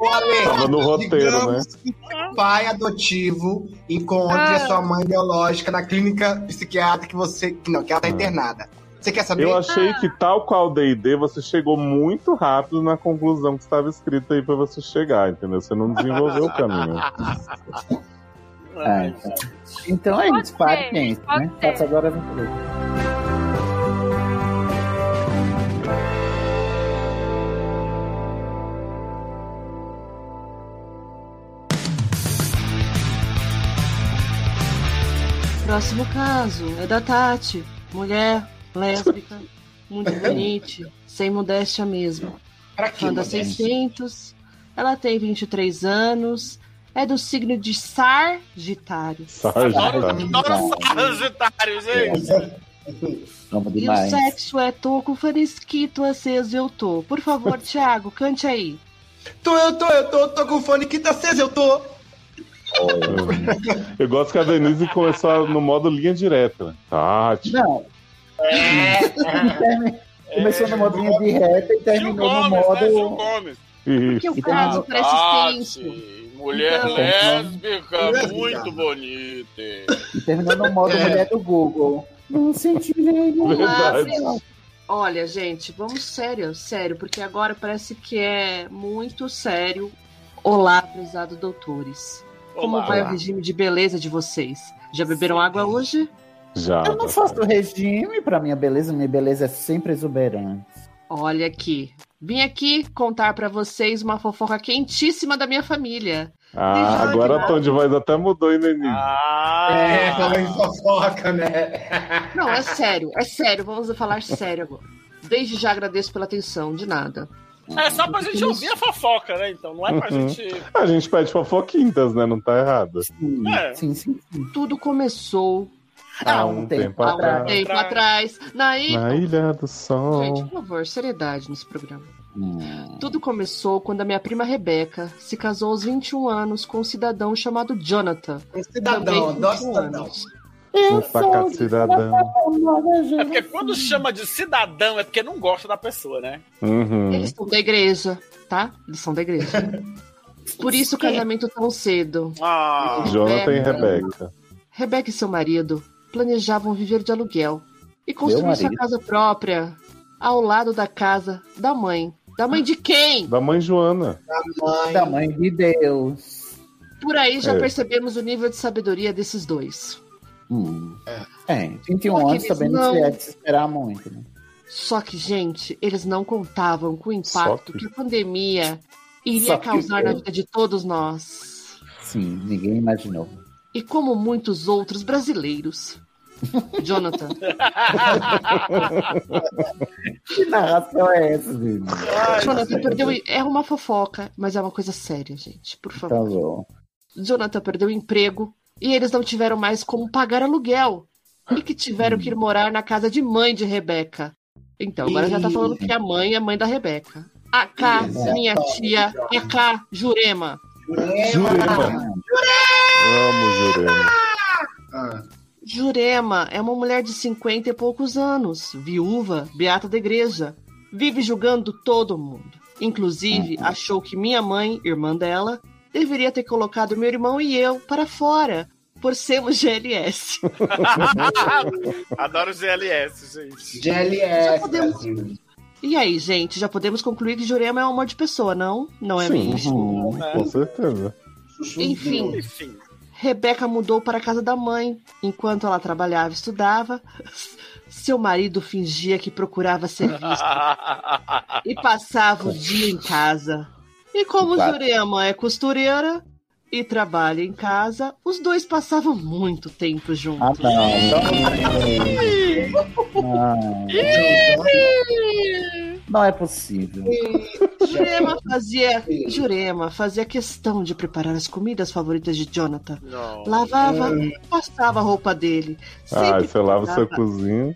D: Ô, Ale,
F: Tava no roteiro, né?
D: digamos que o pai adotivo encontre
E: Ah.
D: a sua mãe biológica na clínica psiquiátrica que você. que Não, que ela tá
F: Ah.
D: internada. Você quer saber?
F: Eu achei que, tal qual D&D, você chegou muito rápido na conclusão que estava escrita aí pra você chegar, entendeu? Você não desenvolveu o caminho.
C: Ah,
G: Ai,
C: então. Então é
A: Pode
C: isso, pare
A: ser,
C: e pense,
A: pode
C: né?
A: ser.
C: Faça agora a aventura.
E: Próximo caso é da Tati. Mulher, lésbica, muito bonita, sem modéstia mesmo.
D: Pra quê?
E: Fã da
D: Modeste?
E: 600. Ela tem 23 anos. é do signo de Sargitário.
F: Tá,
G: Adoro Sagitário, gente.
C: Vamos
E: E o
C: demais.
E: sexo é tô com farisquito aceso, eu tô. Por favor, Thiago, cante aí.
D: Tô, eu tô, eu tô, tô com o fone que tá aceso, eu tô.
F: Eu gosto que a Denise começou no modo linha direta. Tá, tipo, Tati.
C: Não. É,
G: É,
C: Começou no modo linha de reta e
G: Gil
C: terminou no
G: Gomes, né? Gil
C: modo.
G: Gomes.
E: Que
F: Isso.
E: o caso parece tenso.
G: Tati, mulher
E: Então,
G: lésbica,
D: lésbica.
G: muito bonita.
C: E terminou no modo mulher do Google. Não senti nenhum.
F: Verdade.
C: Ah,
E: Olha, gente, vamos sério, sério, porque agora parece que é muito sério. Olá, prezados doutores. Como
G: Olá.
E: vai o regime de beleza de vocês? Já beberam água hoje?
F: Já. tá.
C: Eu não faço regime pra minha beleza, minha beleza é sempre exuberante.
E: Olha aqui. Vim aqui contar pra vocês uma fofoca quentíssima da minha família.
F: Ah, agora o tom de voz até mudou, hein, Denise?
G: Ah,
D: É, falando em fofoca, né?
E: Não, é sério, é sério, vamos falar sério agora. Desde já agradeço pela atenção, de nada.
G: é só pra gente ouvir a fofoca, né? Então, não é pra
F: Uhum.
G: gente.
F: A gente pede fofoquintas, né? Não tá errado.
C: Sim,
G: É.
C: sim, sim. sim.
E: Tudo começou
C: Há um tempo
E: há um
C: atrás.
E: tempo atrás, na ilha.
F: Na Ilha do Sol.
E: Gente, por favor, seriedade nesse programa.
C: Hum.
E: Tudo começou quando a minha prima Rebeca se casou aos 21 anos com um cidadão chamado Jonathan.
D: Um
E: também
D: cidadão,
E: com
D: adoro
E: 21
D: cidadão.
E: anos.
F: Um saca cidadão.
G: É porque quando chama de cidadão é porque não gosta da pessoa, né?
F: Uhum.
E: Eles são da igreja, tá? Eles são da igreja. Por isso o casamento tão cedo.
G: Ah,
D: É,
F: Jonathan e
D: então.
E: Rebeca.
F: Rebeca.
E: Rebeca e seu marido planejavam viver de aluguel e construir sua
C: marido.
E: casa própria ao lado da casa da mãe. Da mãe de quem?
F: Da mãe Joana.
C: Da mãe de Deus.
E: Por aí já
F: É.
E: percebemos o nível de sabedoria desses dois.
C: Hum. É, 21
E: Porque
C: anos
E: eles
C: também
E: não-
C: não se é de se esperar muito, né?
E: Só que, gente, eles não contavam com o
F: Só
E: impacto
F: que-
E: que... a pandemia iria
C: Só que-
E: causar na vida de todos nós.
C: Sim, ninguém imaginou.
E: E como muitos outros brasileiros. Jonathan,
C: Que narração é essa, Dini?
E: Jonathan perdeu. É uma fofoca, mas é uma coisa séria, gente. Por
C: Tá
E: favor.
C: bom.
E: Jonathan perdeu o emprego e eles não tiveram mais como pagar aluguel. E que tiveram que ir morar na casa de mãe de Rebeca. Então, agora já tá falando que a mãe é mãe da Rebeca. A K,
D: Exato.
E: minha tia, a K, Jurema.
D: É.
F: Jurema. Amo Jurema.
D: Ah,
E: Jurema é uma mulher de 50 e poucos anos, viúva, beata da igreja. Vive julgando todo mundo. Inclusive, achou que minha mãe, irmã dela, deveria ter colocado meu irmão e eu para fora, por sermos GLS.
G: adoro GLS, gente.
D: GLS.
E: Só podemos-
D: Brasil.
E: E aí, gente, já podemos concluir que Jurema é um amor de pessoa, não? Não é
F: Sim.
E: mesmo?
C: Uhum.
F: Com certeza.
E: Enfim,
G: Né? Enfim.
E: Rebeca mudou para a casa da mãe. Enquanto ela trabalhava e estudava, seu marido fingia que procurava serviço e passava o dia em casa. E como
C: Claro.
E: Jurema é costureira e trabalha em casa, os dois passavam muito tempo juntos.
C: Ah, não. Não, não é possível. tá.
E: Jurema fazia Jurema fazia questão de preparar as comidas favoritas de Jonathan.
G: Não.
E: Lavava, passava a roupa dele.
F: Ah,
E: Sempre
F: você lava sua
E: cuidava-
F: cozinha.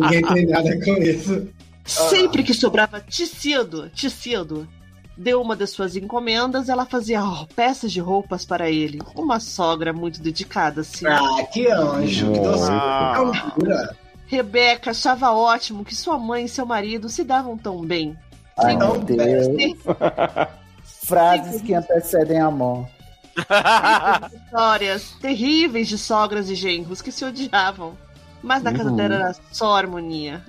D: Ninguém tem nada com isso.
E: Sempre que sobrava tecido, tecido, deu uma das suas encomendas, ela fazia ro- peças de roupas para ele. Uma sogra muito dedicada, assim.
D: Ah, que anjo, que doce.
G: Ah.
E: Rebeca achava ótimo que sua mãe e seu marido se davam tão bem.
C: Ai,
D: Não,
C: meu Deus.
E: Sem
C: Frases que antecedem a morte.
E: histórias terríveis de sogras e genros que se odiavam. Mas na casa
C: Uhum.
E: dela era só harmonia.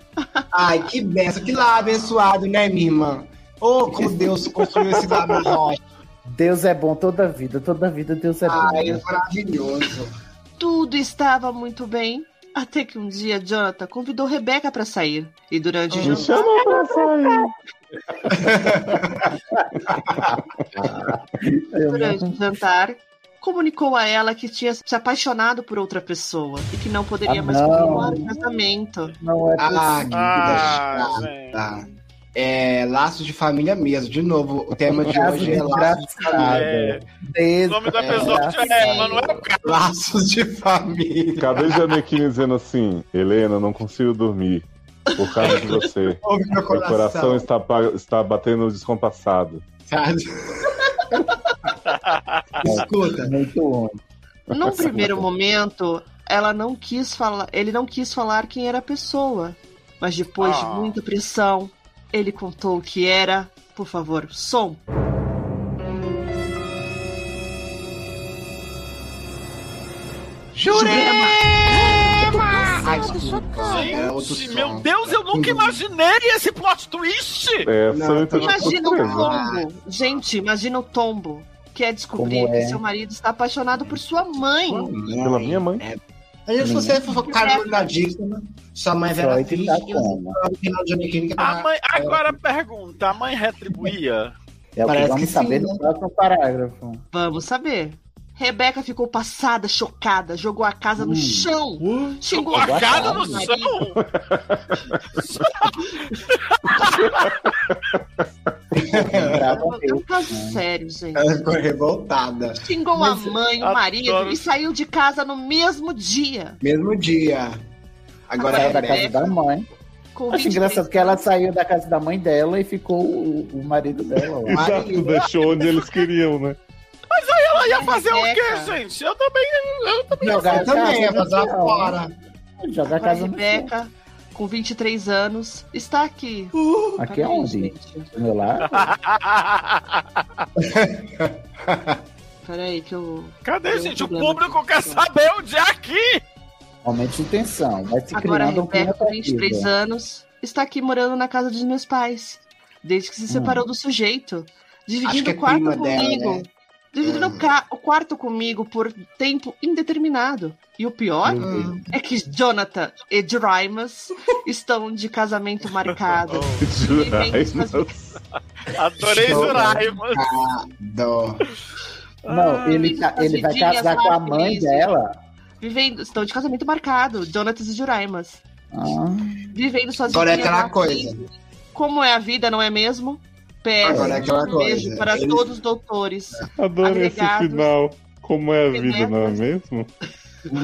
D: Ai, que benção, que lá abençoado, né, minha irmã? Ô, como Deus construiu esse lar na rocha.
C: Deus é bom toda vida, toda vida Deus é
D: Ai,
C: bom.
D: maravilhoso.
E: Tudo estava muito bem. Até que um dia Jonathan convidou Rebeca para sair. E durante o
F: Me
E: jantar.
F: chama pra sair.
C: Eu
E: durante
C: não-
E: o jantar, comunicou a ela que tinha se apaixonado por outra pessoa e que não poderia
C: Ah,
E: mais
C: não.
E: continuar o casamento.
C: Não é possível.
D: Ah, que vida
G: Ah,
D: chata. É, laços de família mesmo. De novo, o tema de
C: Caso
D: hoje é laços de família.
F: É.
G: O nome do episódio é Manuel Carlos.
D: Laços de família.
F: Cadê Janequine dizendo assim, Helena, não consigo dormir por causa de você.
D: Ouve meu
F: Meu coração
D: coração.
F: está, pa- está batendo descompassado.
D: sabe? Escuta,
C: é Muito bom.
E: Num primeiro momento, ela não quis falar, ele não quis falar quem era a pessoa, mas depois de
G: Ah.
E: muita pressão, ele contou o que era. Por favor, som.
D: Jurema!
G: Ah,
D: Ai, é outro
G: Gente,
D: som.
G: meu Deus, eu nunca imaginei esse plot twist!
F: É,
D: Não,
F: Santa
D: Eu tô um
E: Imagina o
F: surpresa.
E: tombo. Gente, imagina o tombo. Que é descobrir
C: Como é?
E: que seu marido está apaixonado por sua mãe.
F: Pela minha mãe.
D: Aí, se você for cara da Dixon, sua mãe é vai
C: Freud
D: ficha e
C: tá
D: você
C: como?
D: fala que não é Johnny King, que é
G: A
D: pra-
G: mãe, agora a pergunta, a mãe retribuía?
C: É o que
D: Parece
C: vamos
D: que sim,
C: saber
D: né?
C: no próximo parágrafo.
E: Vamos saber. Rebeca ficou passada, chocada, jogou a casa
C: Hum.
E: no chão. Xingou
G: a cara no
E: marido.
G: chão?
C: Lembrava
E: É
C: eu.
E: um caso sério, gente.
D: Ela ficou revoltada.
E: Xingou
G: Mas-
E: a mãe, o
G: Adoro.
E: marido e saiu de casa no mesmo dia.
D: Mesmo dia. Agora
C: Saiu
D: é
C: da
D: breve.
C: casa da mãe.
E: Com
C: Acho
E: 23
C: engraçado que ela saiu da casa da mãe dela e ficou o, o marido dela. lá.
F: Exato, deixou onde eles queriam, né?
G: Ela ia fazer o quê,
E: Rebeca.
G: gente? Eu também.
C: Jogar
D: Eu também, é
C: no
D: fazer
C: chão.
D: fora.
C: Jogar a
E: Agora a
C: casa no chão.
E: Rebeca, com 23 anos, está aqui.
C: Aqui é
E: Cadê,
C: onde?
E: gente?
C: Do meu lado?
E: Peraí, que eu.
G: Cadê,
E: Deu
G: gente? O
E: problema
G: público
E: aqui.
G: quer saber onde é aqui!
C: Aumente de tensão. Vai se
E: Agora a
C: criando um clima
E: Rebeca, com 23
C: terrível.
E: anos, está aqui morando na casa dos meus pais. Desde
C: Hum.
E: que se separou do sujeito.
D: Acho
E: Dividindo
D: que é
E: o quarto
D: prima
E: comigo.
D: dela, né?
E: Dividindo
C: Hum.
E: o ca- o quarto comigo por tempo indeterminado. E o pior
D: Hum.
E: é que Jonathan e Jerimas estão de casamento marcado.
F: Juraimas.
G: Adorei
D: Show,
G: Juraimas.
D: Dó.
C: Não, ele,
D: Ah,
C: tá-
E: as
C: ele vai
E: vidinhas
C: casar
E: lá,
C: com a mãe
E: felizes.
C: dela.
E: Vivendo, estão de casamento marcado, Jonathan e Juraimas.
C: Ah,
E: Vivendo suas
D: Agora é
E: vidinhas
D: aquela
E: lá
D: coisa.
E: felizes. Como é a vida, não é mesmo? Péssimo.
D: Agora é aquela
E: um beijo
D: coisa.
E: para
D: Ele-
E: todos os doutores.
F: Adorei esse
E: Agregados.
F: final. Como é a vida,
E: Benetas.
F: não é mesmo?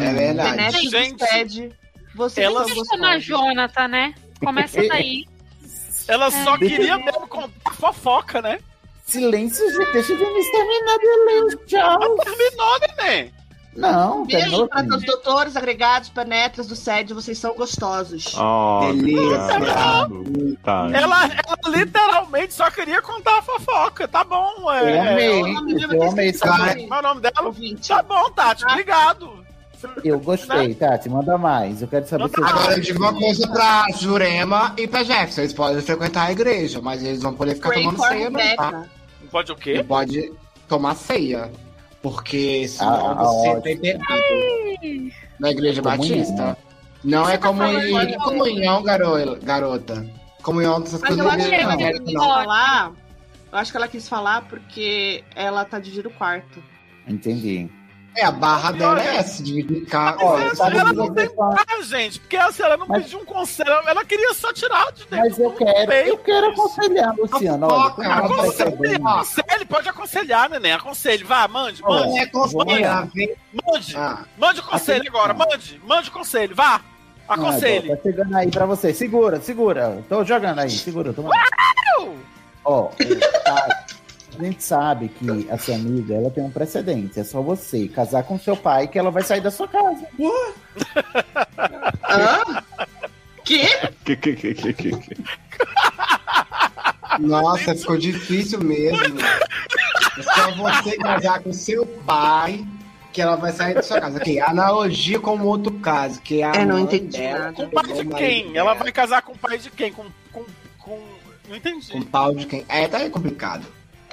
D: É verdade.
E: Penetra
G: gente,
E: despede. Vocês
G: ela-
E: são
A: Por que
E: gostosos.
A: chama Jonathan, né? Começa daí.
G: Ela só queria mesmo contar fofoca, né?
C: Silêncio, gente. Deixa de me exterminar de luz. Tchau.
G: Terminou, neném.
C: Não, tá
E: Beijo
C: terminou.
E: para todos os doutores, agregados, penetras do sede, vocês são gostosos.
F: Oh,
D: Delícia.
F: Tá.
G: Ela, ela literalmente só queria contar fofoca. Tá bom,
C: Eu
G: é.
C: amei.
E: Olha,
C: Eu amei.
E: vocês
C: Tati.
E: são
G: Como é o nome dela?
E: ouvintes.
G: Tá bom, Tati, obrigado. Né?
C: Eu gostei, Tati. Manda mais. Eu quero saber se eu
D: Agora eu digo uma coisa pra Jurema e pra Jefferson. Eles podem frequentar a igreja, mas eles vão poder ficar
E: Pray
D: tomando
E: for
D: ceia, não, tá?
E: Rebecca.
G: Pode o
D: Não
G: quê?
D: pode tomar ceia. Porque senão
C: Ah,
D: você
C: ótimo.
D: tem pecado. Na igreja
C: Comunhão.
D: batista. Não é como
A: falando
D: em-
A: de-
D: comunhão, garo- garota. Comunhão dessas
E: Mas
D: coisas
E: eu
D: não
E: acho que ela
D: não.
A: Não,
E: quis
A: não.
E: falar. Eu acho que ela quis falar porque ela tá dividindo o quarto.
C: Entendi.
D: É, a barra dela é essa, de ficar.
C: Olha,
G: mas
C: sabe
G: ela
C: o que
G: não
C: você fala?
G: Ah, gente, porque assim, ela não
C: Mas-
G: pediu um conselho, ela queria só tirar de dentro.
C: Mas eu quero, eu quero aconselhar, Luciano. Olha, como ela vai
D: Aconselha.
C: saber?
G: Aconselhe, pode aconselhar, neném. Aconselhe, vá, mande,
C: Olha, Ah,
G: mande,
D: é conselho, vem
G: mande.
D: cá.
G: Mande o conselho
C: Aconselhe.
G: agora, mande, mande o conselho, vá. Aconselhe.
C: Ah, Tá chegando aí pra você. Segura, segura. Tô jogando aí, segura. Toma. Ó, tá. a gente sabe que a sua amiga ela tem um precedente. É só você casar com seu pai que ela vai sair da sua casa.
E: Hã? Que?
F: Que, que, que, que, que, que.
D: Nossa, ficou difícil mesmo. É só você casar com seu pai que ela vai sair da sua casa. Ok, analogia com outro caso, que é a
E: Eu não
D: mãe
E: entendi
D: dela
E: nada.
G: Com o
D: pegou
G: pai de
D: o
G: quem?
D: marido
G: Ela
D: dela.
C: É.
G: vai casar com o pai de quem? Com. com, com... Não entendi.
D: Com pau de quem? É, tá aí complicado.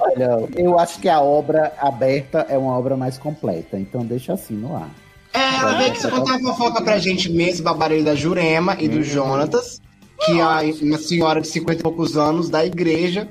C: Olha, eu acho que a obra aberta é uma obra mais completa. Então deixa assim no ar.
D: É, ela veio que você contar uma fofoca pra gente mesmo, babarelho da Jurema e do Jonatas, que é uma senhora de 50 e poucos anos da igreja,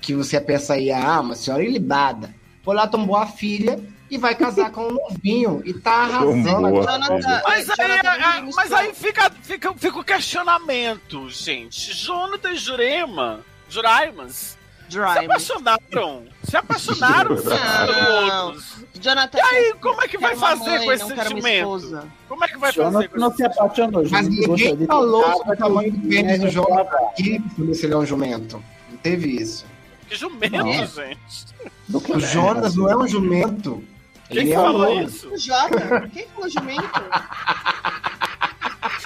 D: que você pensa aí, ah, uma senhora ilibada. Foi lá, tombou a filha e vai casar com um novinho e tá arrasando.
F: Tombou.
E: Jonathan,
G: Mas,
E: é,
G: aí,
E: Jonathan
G: ah,
E: Vinícius
G: mas aí fica, fica, fica o questionamento, gente. Jonathan e Jurema Drymans. Se
E: Drive.
G: apaixonaram. Se apaixonaram uns
E: Não.
G: pelo outros.
E: Jonathan.
G: E aí, como é que vai
E: quero uma
G: fazer
E: mãe,
G: com esse
E: não quero uma
G: sentimento?
E: esposa.
G: Como é que vai fazer
C: Jonathan
G: com
C: não
G: esse
C: se apaixonou,
D: Mas
C: Jonathan gostou
D: ninguém
C: de
D: falou
C: tentar,
D: sobre o tamanho do pênis do
C: né,
D: Jonathan aqui, pra saber se ele é um jumento. Não teve isso.
G: Que jumento,
E: Né?
C: Não.
G: gente.
C: do
D: O
C: colégio.
D: Jonas não é um jumento.
G: Quem
D: Ele é
G: falou
D: louco.
G: isso?
E: O Jota? Quem falou jumento?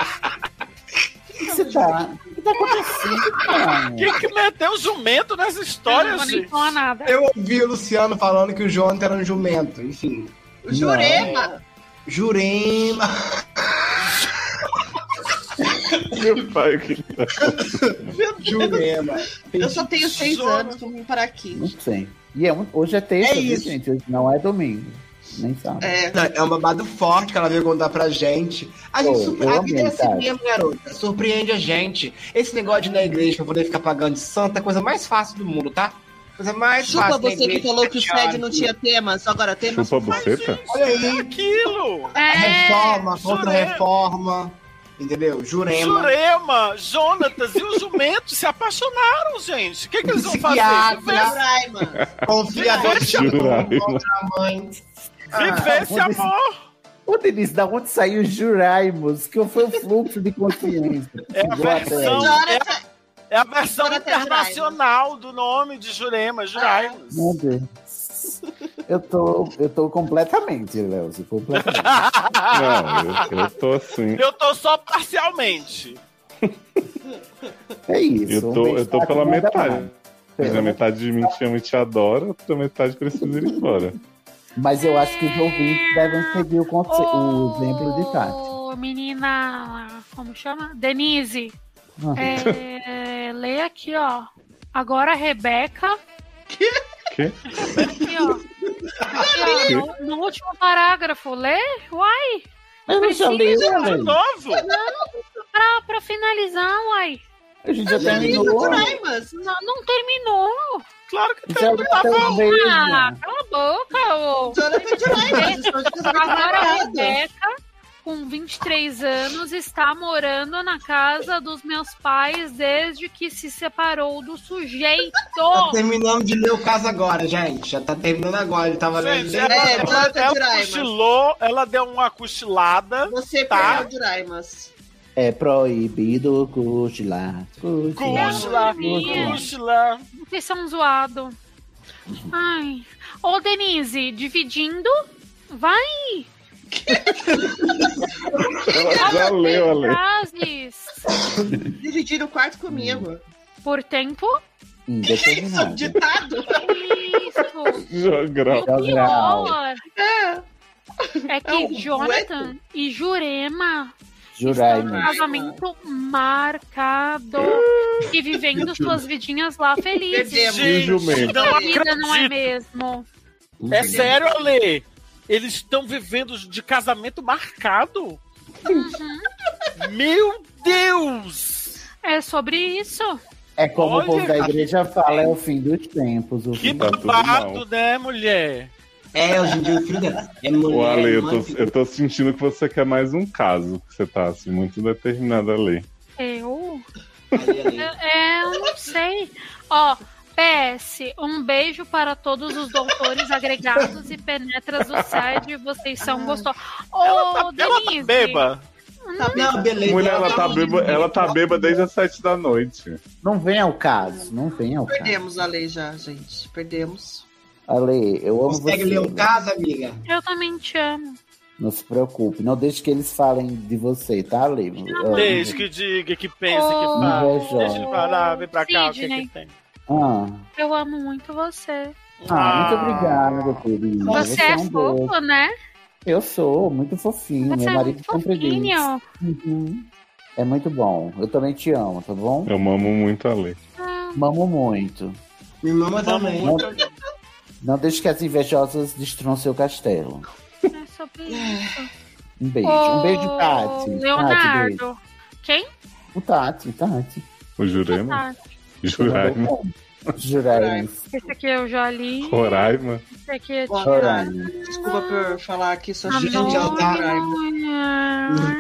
C: O que você tá? O que tá acontecendo, cara?
G: Quem que meteu jumento nessa história,
A: eu não vou nem
G: gente?
A: falar nada.
D: Eu ouvi o Luciano falando que o Jonathan era um jumento. Enfim.
E: O Jurema.
D: Jurema.
F: Meu pai, que
E: Meu Deus.
D: Jurema.
E: Eu só tenho seis
G: Jota.
E: anos, vamos parar aqui.
C: Não sei. E é um- hoje é terça,
D: É
C: viu,
D: isso.
C: gente? Hoje não é domingo. Nem sabe.
E: É,
D: É um babado forte que ela veio contar pra gente. A, gente
C: Pô,
D: surpre-
C: eu
D: a
C: amei,
D: vida é assim
C: cara.
D: mesmo, garota. Surpreende a gente. Esse negócio de ir na igreja pra poder ficar pagando de santo é a coisa mais fácil do mundo, tá? Coisa mais
E: chupa
D: fácil. da
E: você que
D: igreja. é
E: falou que o
D: Sete
E: SED não
D: horas.
E: tinha temas, agora temas.
F: chupa a buceta?
D: Olha
G: É
D: aí.
G: aquilo.
A: É,
D: Reforma,
G: Jurema.
D: contra-reforma. Entendeu? Jurema.
G: Jurema, Jonatas e o jumento se apaixonaram, gente. O que, que eles vão fazer?
D: Psiquiatra.
G: Viver,
E: Juraima.
D: Confiador de
F: Jurema.
D: Jurema. contra a mãe. Tá
G: viver esse amor.
C: Ô, Denise, da onde saiu Juraimos? Que foi o fluxo de consciência.
G: É a
C: Igual a
G: versão,
C: Terra.
G: é,
E: Jonathan,
G: é a versão
E: Jonathan
G: internacional do nome de Jurema, Juraimas.
C: Meu Deus. Eu tô, eu tô completamente, Léo. Completamente.
F: Não, eu, eu tô assim.
G: Eu tô só parcialmente.
C: É isso.
F: Eu tô, eu tô pela metade. Mas a
C: Pela-
F: metade de mim te ama e te adora, a outra metade precisa ir embora.
C: Mas eu acho que os ouvintes devem seguir o, conce... o exemplo de Tati.
A: Ô, Menina, como chama? Denise,
C: Ah.
A: é, lê aqui, ó. Agora a Rebeca.
F: Quê?
A: Aqui, ó. Aqui, ó, no, no último parágrafo, lê? Uai,
C: Eu não já li,
G: De um
C: velho.
G: novo?
A: pra, pra finalizar, uai.
C: A gente já
E: Jurema,
C: terminou.
E: Juraimas.
A: Não, não terminou.
G: Claro que
C: Já deu um
A: Ah,
C: beijo.
A: cala a boca, ô.
E: Jonathan Juraimas. Estou de casamento
A: Agora é a
E: marcado.
A: Rebeca, com 23 anos, está morando na casa dos meus pais desde que se separou do sujeito.
D: Tá terminando de ler o caso agora, gente. Já tá terminando agora. Ele tava lendo.
G: Gente, ela,
E: É,
G: ela,
E: Jonathan
G: ela
E: Juraimas.
G: cochilou, ela deu uma cochilada.
E: Você
G: Tá.
E: perdeu o Juraimas.
C: É proibido cochilar. cochilar,
G: Cochila,
C: cochilar.
G: cochila.
A: Vocês são zoados. Ai. Ô, Denise, dividindo, vai
F: Ela já leu a lei.
A: frases
E: Dividiram o quarto comigo.
A: por tempo.
E: Isso,
C: Indeterminado.
E: ditado.
A: Isso.
F: Jogral.
A: O
C: Jogral.
A: pior
E: É.
A: é
E: É um
A: que Jonathan e Jurema um
C: Juraima.
A: casamento marcado e vivendo suas vidinhas lá felizes.
E: Perdemos.
F: E o jumento?
G: não
A: A vida não é
G: acredito.
A: mesmo.
G: É sério, Ale? Eles estão vivendo de casamento marcado? Meu Deus!
A: É sobre isso.
C: É como
G: Olha,
C: o povo da
G: a-
C: igreja fala, é o fim dos tempos. O
G: Que
C: fim
F: Tá tudo
G: babado,
F: mal.
G: né, mulher?
D: É, hoje em dia o filho dela é mulher.
F: Ô, Ale, eu
D: mãe,
F: tô,
D: filho.
F: eu tô sentindo que você quer mais um caso, que você tá assim, muito determinada a ler.
A: Eu,
D: Olha aí.
A: eu, É, eu não sei. Ó, PS, um beijo para todos os doutores agregados e penetras do SED. Vocês são gostosos. Ô,
G: Ah. Ela tá
A: Denise.
G: bêba.
D: Não, beleza.
F: Mulher, ela tá bêba, ela tá bêba desde as sete da noite.
C: Não vem ao caso, não vem ao caso.
E: Perdemos a lei já, gente. Perdemos.
C: Ale, eu amo
D: Consegue
C: você. né?
D: ler o caso, amiga?
A: Eu também te amo.
C: Não se preocupe, não deixe que eles falem de você, tá, Ale? Eu-
G: Deixa que diga, que pense, que
A: Oh,
G: fale.
C: invejosa.
G: Deixa ele parar, vem pra cá, o que,
A: Sidney.
G: que tem?
C: Ah,
A: Eu amo muito você.
C: ah, muito obrigado, meu querido.
A: Você, é
C: um doce.
A: fofo, né?
C: Eu sou, muito fofinho.
A: Você
C: meu
A: é
C: marido um
A: muito
C: sempre diz.
A: fofinho.
C: Uhum. É muito bom. Eu também te amo, tá bom?
F: Eu amo muito a lei.
A: Ah,
C: Mamo muito.
D: Minha mama também.
C: Não, não deixe que as invejosas destruam seu castelo.
A: É sobre isso.
C: Um beijo.
A: Ô,
C: Um beijo, Tati. Tati, beijo.
A: Leonardo. Quem?
C: O Tati, Tati.
F: O Jurema?
A: Ah,
F: Juraima?
C: Juraima.
A: esse aqui eu já li.
F: Roraima?
A: Esse aqui é
E: Bom,
C: Juraima.
K: Ah,
C: tá-
E: Desculpa por falar aqui, só
D: Gente,
E: Jurema.
D: ela tá-
A: Amor.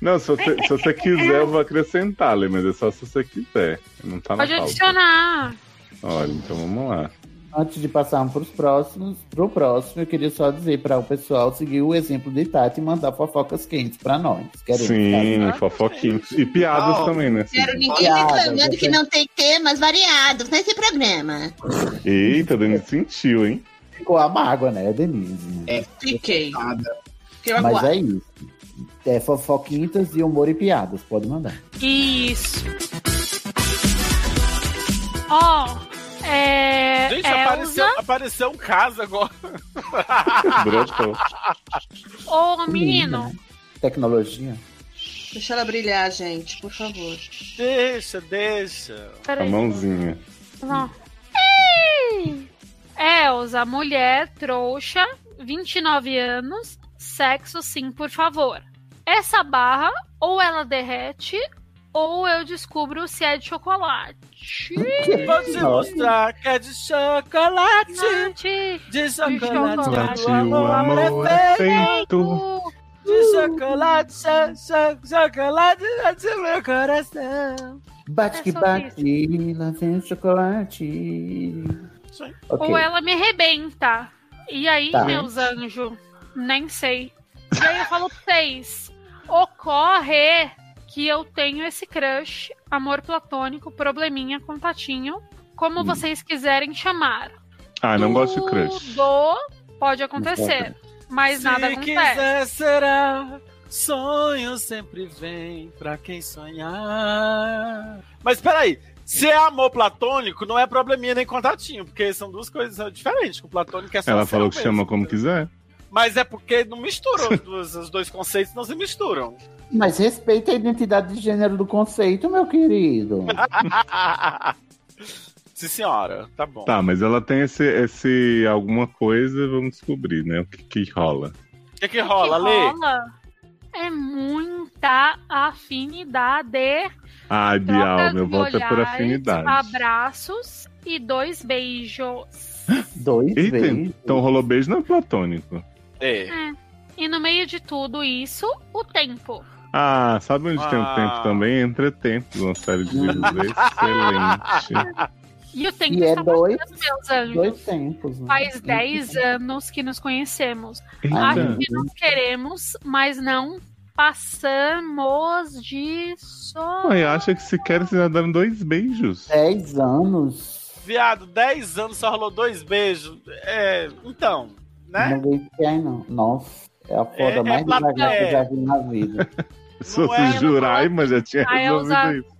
F: Não, se você, se você quiser, eu vou acrescentar, Lê, mas é só se você quiser. Não tá na
A: Pode
F: pauta.
A: adicionar.
F: Olha, então vamos lá.
C: Antes de passarmos para os próximos, pro próximo, eu queria só dizer para o pessoal seguir o exemplo de Tati e mandar fofocas quentes para nós. Queremos,
F: Sim,
C: tá?
F: fofoquinha. E piadas
D: Ó,
F: também, né?
K: Quero ninguém
C: Piada,
K: reclamando
C: você-
K: que não tem temas variados nesse programa.
F: Eita, Dani sentiu, hein?
C: Ficou amágua, né, Denise?
E: Fiquei.
D: Nada.
E: Fiquei aguado.
C: Mas é isso. É fofoquintas e humor e piadas. Pode mandar.
A: Isso. Ó, é.
G: Gente,
A: Elza,
G: apareceu, apareceu um caso agora.
A: Ah,
F: Brotou.
A: ô menino,
C: Tecnologia.
E: Deixa ela brilhar, gente, por favor.
G: Deixa, deixa.
F: A
A: peraí.
F: mãozinha.
A: Não. Ei! Elza, mulher, trouxa, 29 anos, sexo sim, por favor. Essa barra, ou ela derrete, ou eu descubro se é de chocolate.
G: Vou te
C: Nossa.
G: mostrar que é de chocolate.
A: Chocolate.
G: De
A: chocolate,
G: chocolate.
A: o ah,
F: amor é feito.
G: De chocolate, cho- cho- chocolate, de meu coração.
C: Bate
A: É
C: que
A: só
C: bate, lá vem o chocolate.
G: Sim.
C: Ok.
A: Ou é- ela me rebenta. E aí,
C: Tá.
A: meus anjos? Nem sei. E aí eu falo pra vocês. Ocorre que eu tenho esse crush, amor platônico, probleminha, contatinho,
C: Hum.
A: como vocês quiserem chamar.
F: Ah, não gosto de crush.
A: Tudo pode acontecer, mas nada
G: Se
A: acontece.
G: quiser será, sonho sempre vem pra quem sonhar. Mas peraí, se é amor platônico, não é probleminha nem contatinho, porque são duas coisas diferentes. que O platônico é só
F: Ela
G: ser
F: falou que
G: mesmo.
F: chama como quiser.
G: Mas é porque não misturam os dois, os dois conceitos, não se misturam.
C: Mas respeita a identidade de gênero do conceito, meu querido.
G: Ah, Sim, senhora, tá bom.
F: Tá, mas ela tem esse, esse alguma coisa, vamos descobrir, né? O que, que rola.
G: O que, que rola,
A: Que
G: Lê?
A: rola É muita afinidade.
F: Ai,
A: Troca
F: Bial,
A: de
F: Ah, meu voto é por
A: olhares,
F: afinidade.
A: Abraços e dois beijos.
C: Dois
F: Eita,
C: vezes.
F: então rolou beijo não é platônico.
G: É.
A: E no meio de tudo isso, o tempo.
F: Ah, sabe onde tem o
G: Ah.
F: tempo também? Entre tempos, uma série de livros excelente.
A: E o tempo
C: E é
A: está
C: dois-
A: passando, meus anjos.
C: Dois tempos. Ah, Né?
A: Faz 10 anos que nos conhecemos. Acho
F: Eita,
A: que não queremos, mas não passamos disso.
F: mãe, acha que sequer se já deram dois
C: É,
F: beijos.
C: Dez anos.
G: Viado, 10 anos só rolou dois beijos. É, então, né?
C: Não aguentei, aí, não. Nossa, é a foda
G: É- é
C: mais
G: plateia.
C: devagar que eu já vi na vida.
F: Se
G: não
F: fosse
G: era-
F: Juraima, já tinha
A: A Elza-
F: resolvido isso.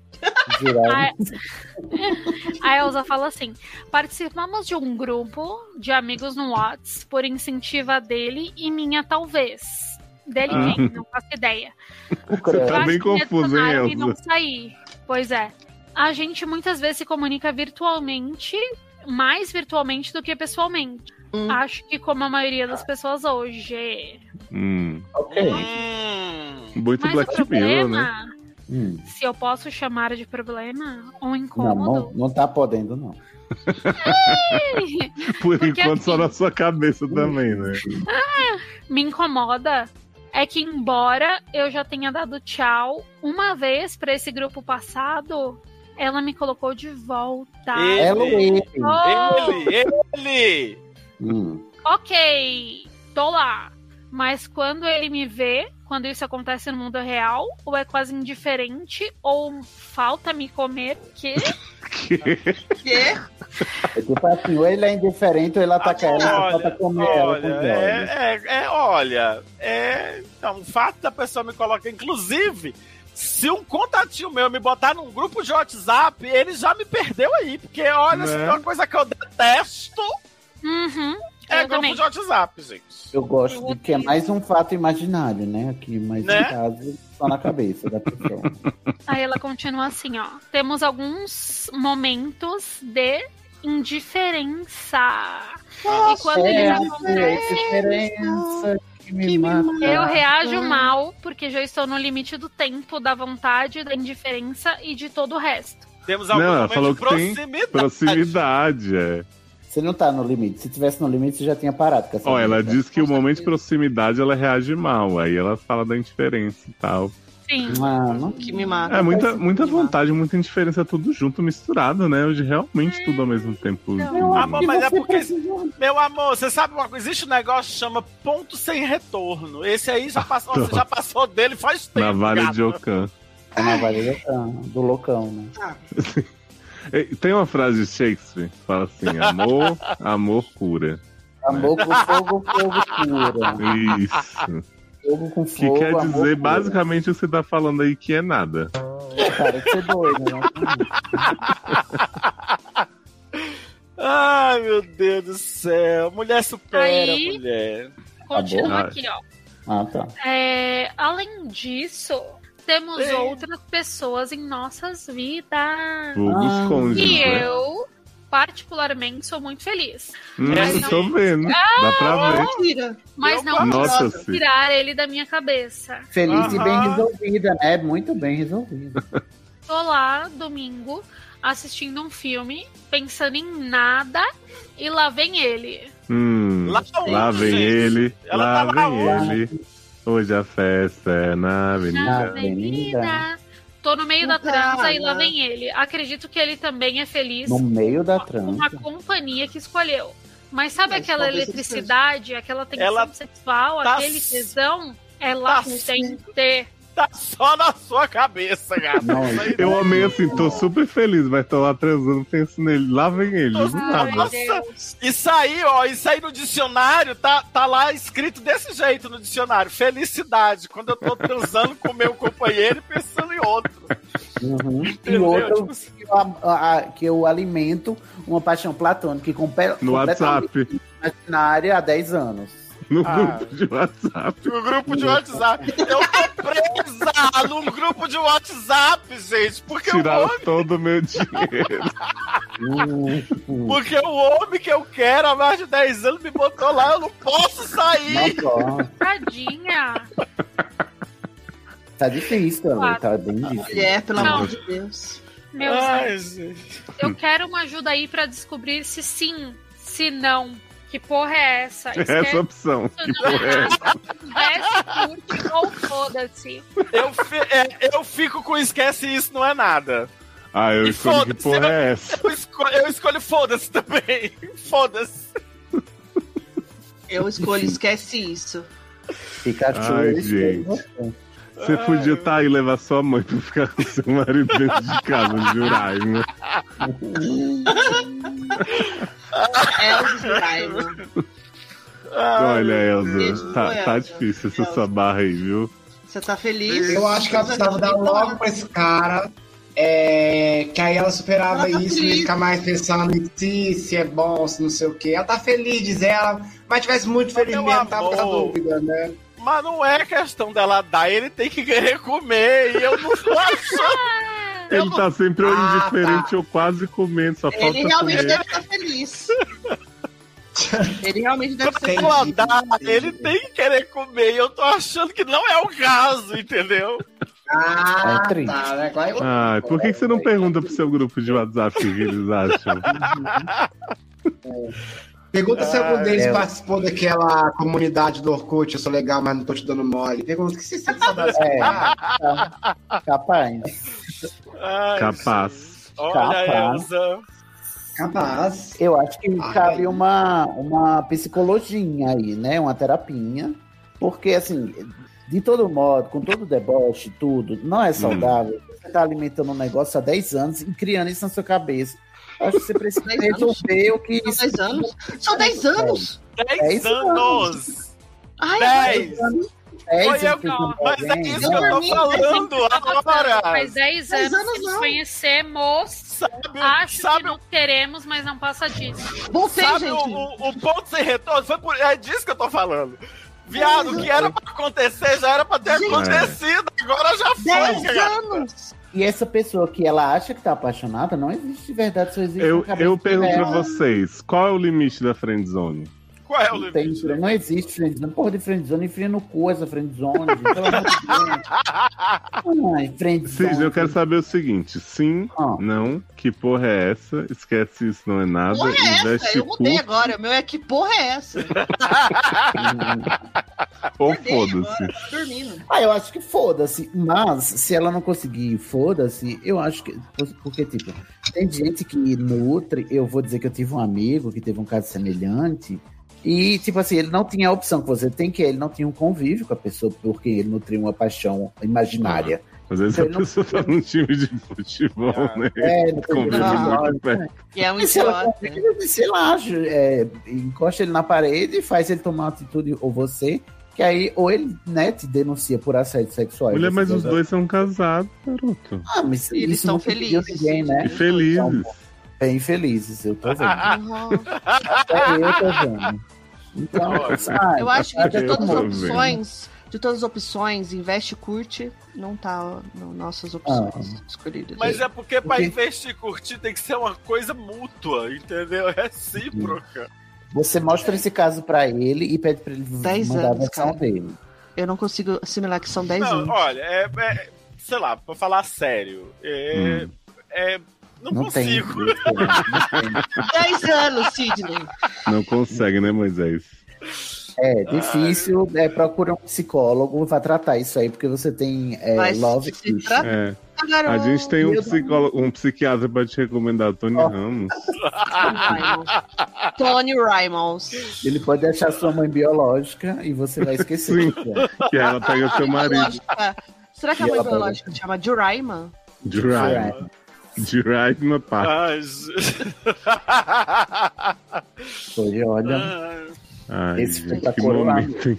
C: Jurar.
A: A- A Elza fala assim: participamos de um grupo de amigos no Whats por incentiva dele e minha, talvez. Dele
F: Ah.
A: quem? Não faço ideia.
C: o
F: Você
C: crush.
F: tá bem
A: Acho que me
F: confuso, hein,
A: adicionaram e
F: Elza?
A: não saí. Pois é. A gente muitas vezes se comunica virtualmente, mais virtualmente do que pessoalmente.
E: Hum.
A: Acho que como a maioria das pessoas hoje.
F: Hum,
C: é Ok.
G: Hum.
F: muito
A: Mas o
F: Black Mirror, né?
A: problema,
C: Hum.
A: se eu posso chamar de problema, um
C: Não,
A: incômodo.
C: não, não tá podendo, não.
F: Por
A: Porque
F: enquanto, só
A: assim-
F: na sua cabeça também, né?
A: me incomoda é que, embora eu já tenha dado tchau uma vez pra esse grupo passado, ela me colocou de volta.
G: E-
C: Ela ou ele?
A: Oh,
G: Ele,
F: Ah!
G: ele!
C: Hum.
A: ok, tô lá. Mas quando ele me vê, quando isso acontece no mundo real, ou é quase indiferente, ou falta me comer, que
E: Quê?
C: É tipo assim, ou ele é indiferente, ou ele
F: Tá
C: ataca ela, só falta comer ela
G: Ah, olha,
C: com
F: né?
C: ela.
G: é, é, é, olha, é, então, o fato da pessoa me colocar, inclusive, se um contatinho meu me botar num grupo de WhatsApp, ele já me perdeu aí, porque olha,
F: Né?
G: se tem uma coisa que eu detesto
A: Uhum,
G: é
A: eu
G: grupo
A: também.
G: de WhatsApp, gente.
C: Eu gosto de que é mais um fato imaginário, né? Aqui, mas
G: Uhum. Né?
C: no caso, só na cabeça da pessoa.
A: Aí ela continua assim, ó. Temos alguns momentos de indiferença. e quando
C: é
A: eles acontecem,
C: diferença que me mata.
A: eu reajo mal, porque já estou no limite do tempo, da vontade, da indiferença e de todo o resto.
G: Temos
F: Não,
G: algum
F: ela
G: momento
F: falou
G: de
F: que tem
G: proximidade.
F: Proximidade, é.
C: Você não tá no limite. Se tivesse no limite, você já tinha parado com essa
F: Ó, ela
C: merda.
F: diz que o momento de proximidade ela reage mal, aí ela fala da indiferença e tal.
A: Sim.
C: Mano,
E: que me mata.
F: É muita, muita vontade, muita indiferença, tudo junto, misturado, né? Hoje realmente tudo ao mesmo tempo.
G: Ah, bom, mas é porque. Meu amor, você sabe uma coisa? Existe um negócio que chama ponto sem retorno. Esse aí já passou, você já passou dele faz tempo.
F: Na Vale
G: gato.
F: de Ocan.
C: É uma varinha do cão, do loucão, né?
E: Tá.
F: É, Tem uma frase de Shakespeare que fala assim: amor, amor cura.
C: Amor com fogo, fogo cura.
F: Isso.
C: Fogo com
F: Que
C: fogo.
F: quer
C: amor
F: dizer
C: cura.
F: basicamente o que você tá falando aí que é nada.
C: Cara, você é doido, né?
G: Ai, meu Deus do céu. Mulher supera,
A: Aí-
G: mulher.
A: Continua
F: bom.
A: aqui, ó.
C: Ah, tá.
A: É, além disso, temos
G: É.
A: outras pessoas em nossas vidas.
F: Vulgos
C: Ah.
F: cônjuges.
A: E
F: né?
A: eu, particularmente, sou muito feliz.
F: Hum,
G: Mas-
F: tô vendo. Dá pra ver.
E: Mentira.
A: Mas
G: Eu
A: não
F: Ah, Nossa,
A: posso
F: Cid.
A: tirar ele da minha cabeça.
C: Feliz e bem
G: Aham.
C: resolvida, né? Muito bem resolvida.
A: Tô lá, domingo, assistindo um filme, pensando em nada, e lá vem ele.
F: Hum,
G: Lá
F: lá,
G: onde,
F: vem
G: gente?
F: ele,
G: Ela
F: lá
G: tá lá
F: vem ele. Hoje a festa é na
A: Na
F: avenida.
C: avenida.
A: avenida. Tô no meio da
E: Não dá,
A: transa e lá
E: né?
A: vem ele. Acredito que ele também é feliz
C: No meio da
A: com a
C: trança.
A: companhia que escolheu. Mas sabe
E: Mas
A: aquela
E: talvez ele
A: eletricidade, aquela tensão
G: Ela
A: sexual,
G: tá
A: aquele
G: s-
A: tesão? É lá
G: tá
A: que tem que ter.
G: Tá só na sua cabeça, gato.
C: Não,
G: Isso aí
F: Eu amei assim, tô super feliz, mas tô lá transando, penso nele. Lá vem ele,
G: tá
F: tá do
A: Ai,
F: nada.
A: Deus.
G: Isso aí, ó, isso aí no dicionário tá, tá lá escrito desse jeito no dicionário. Felicidade, quando eu tô transando com meu companheiro e pensando em outro.
C: Uhum. E
G: Entendeu?
C: outro
G: Tipo assim,
C: que eu, a- a- que eu alimento uma paixão platônica que compe-
F: No
C: completamente
F: WhatsApp.
C: imaginária há 10 anos.
F: No
G: Ah.
F: grupo de WhatsApp.
G: no um grupo de WhatsApp. Eu tô presa num grupo de WhatsApp, gente. Porque o,
F: Tiraram
G: homem,
F: todo o meu dinheiro.
C: Hum,
G: porque o homem que eu quero há mais de 10 anos me botou lá, eu não posso sair.
C: não posso.
A: Tadinha.
C: Tá difícil, Ale, tá bem difícil.
E: Mulher, pelo
A: Não.
E: amor de Deus.
A: Meu Deus.
G: Ai, gente.
A: Eu quero uma ajuda aí pra descobrir se sim, se não. Que porra é essa? Esquece
F: Essa opção. Que
A: não.
F: porra é essa?
A: Desce, curte ou foda-se.
G: Eu, fi- é, eu fico com esquece isso não é nada.
F: Ah, eu
G: E
F: escolhi que
G: foda-se,
F: porra
G: eu-
F: é essa.
G: Eu escolho, eu escolho foda-se também. Foda-se.
E: Eu escolho, esquece isso.
C: Pikachu,
F: Ai,
C: eu escolho
F: gente.
C: você.
F: Você podia estar aí e levar sua mãe pra ficar com seu marido dentro de casa, de Juraima.
E: É o Juraima.
G: Ah,
F: Olha,
E: Deus,
F: Elza, tá,
E: Elza.
F: tá difícil essa
E: Elza.
F: sua barra aí, viu?
E: Você tá feliz?
D: Eu acho que ela precisava dar logo pra esse cara. é, que aí ela superava
E: Ela tá
D: isso, não
E: feliz.
D: ia ficar mais pensando em si, se é bom, se não sei o quê. Ela tá feliz, diz ela, mas tivesse muito feliz
G: Meu
D: mesmo, tava com essa
G: amor.
D: dúvida, né?
G: Mas não é questão dela dar, ele tem que querer comer. E eu não tô achando. Eu
F: Ele tá sempre ou
D: Ah,
F: indiferente ou quase comendo, só
E: Ele
F: falta
E: realmente
F: comer.
E: deve estar feliz. Ele realmente deve ser
G: que
D: Entendi.
G: eu andar, ele tem que querer comer. E eu tô achando que não é o caso, entendeu?
D: Ah,
C: É triste.
D: tá, né? Claro.
F: Ah, por que, que você não pergunta pro seu grupo de WhatsApp o que que eles acham?
D: Pergunta se algum deles
C: é.
D: participou daquela comunidade do Orkut, eu sou legal, mas não tô te dando mole. Pergunta, o que você sente saudade desse
C: É.
D: cara?
C: Tá.
F: Ah.
C: Capaz.
G: Ai,
F: Capaz.
G: gente. Olha,
C: Capaz.
G: Elza.
D: Capaz.
C: Eu acho que
F: Ah,
D: Ai.
C: cabe uma, uma psicologinha aí, né? Uma terapinha. Porque, assim, de todo modo, com todo deboche, tudo, não
F: Hum.
C: é saudável. Você tá alimentando um negócio há 10 anos e criando isso na sua cabeça. Eu acho que você precisa
E: 10 anos?
C: resolver o que
E: São
C: isso.
E: 10 anos? São 10 anos?
G: 10
C: 10
G: anos.
E: Ai,
G: Dez.
C: É
G: Foi
C: isso
G: eu
C: que eu
A: que-
G: Mas é
C: alguém,
G: isso que
C: né?
G: eu tô
E: Não,
G: falando agora.
A: Faz 10
E: Dez
A: anos,
E: anos
A: que nos
E: não.
A: conhecemos.
G: Sabe,
A: Acho que
G: sabe,
A: não queremos, mas não passa disso.
E: voltei,
G: sabe o,
E: gente.
G: o- o ponto sem retorno? Foi por, é disso que eu tô falando. Viado, o que era pra acontecer já era pra ter
E: Gente.
G: acontecido. Agora já foi,
E: 10
G: cara.
E: anos!
C: E essa pessoa que ela acha que tá apaixonada, não existe de verdade, só existe
F: Eu,
C: na cabeça
F: eu pergunto pra
C: dela.
F: vocês, qual é o limite da friend zone?
G: Qual é o
C: Não,
G: limite?
C: tem, não existe friendzone. Porra de friendzone, enfia no cu essa friendzone. gente. Pelo amor de Deus. é Ai, friendzone.
F: Cisne, eu quero saber o seguinte: sim, não, que porra é essa? Esquece isso, não é nada.
E: Porra é essa?
F: investe
E: Eu mudei
F: cu
E: agora. O meu é que porra é essa?
F: ou
E: Mudei
F: foda-se.
E: agora. Dormindo.
C: Ah, eu acho que foda-se. Mas, se ela não conseguir foda-se, eu acho que. Porque, tipo, tem gente que nutre. Eu vou dizer que eu tive um amigo que teve um caso semelhante. E, tipo assim, ele não tinha a opção que você tem, que é ele não tinha um convívio com a pessoa, porque ele nutriu uma paixão imaginária.
F: Às vezes a pessoa tá num time de futebol, né?
C: É, não tem
F: Convive
C: nada.
F: muito perto.
E: Que é um
C: E se ela
E: idiota.
C: conseguir, sei lá, ju- é, encosta ele na parede e faz ele tomar uma atitude, ou você, que aí, ou ele, né, te denuncia por assédio sexual.
F: Mulher,
C: Você
F: mas os
C: usa-
F: dois são casados, garoto.
C: Ah, mas
E: Eles
C: isso
E: são
C: não prejudicou
E: felizes.
C: Ninguém, né?
F: E felizes.
C: Bem felizes, eu tô vendo.
G: Ah,
C: Até eu tô vendo. Então, sabe,
E: Eu acho que de
C: sabe,
E: todas as
C: amor?
F: vendo.
E: opções, de todas as opções, investe e curte, não tá nas nossas
C: Ah.
E: opções escolhidas.
G: Mas é porque pra
C: Porque-
G: investir e curtir tem que ser uma coisa mútua, entendeu? É Recíproca.
C: Hum. Você mostra esse caso pra ele e pede pra ele
E: Dez
C: mandar
E: anos,
C: a versão
E: cara.
C: dele.
E: Eu não consigo assimilar que são 10
G: Não,
E: anos.
G: olha, é, é- sei lá, pra falar sério, é, é- não,
C: Hum. Não tem. né?
G: consigo.
C: não tem.
E: 10 anos, Sidney.
F: Não consegue, né, Moisés?
C: É difícil. É, procura um psicólogo vai tratar isso aí, porque você tem é,
E: Vai
C: love
E: se
C: issues.
E: tratar.
F: É.
E: Ah, garoto.
F: A gente tem um,
C: Meu
F: psicólogo, um psiquiatra pra te recomendar, Tony
C: Ó.
F: Ramos.
E: Tony Rymons.
C: Ele pode achar sua mãe biológica e você vai esquecer.
F: Sim. Que ela pega seu marido.
E: Lógica. Será que a
C: E
E: mãe
C: ela
E: biológica chama Juraima?
F: Juraima. Juraima Park.
G: Ai, gente.
C: Foi, olha.
F: Ai,
C: Esse tá
F: gente, que
C: espetacular.
F: momento. hein?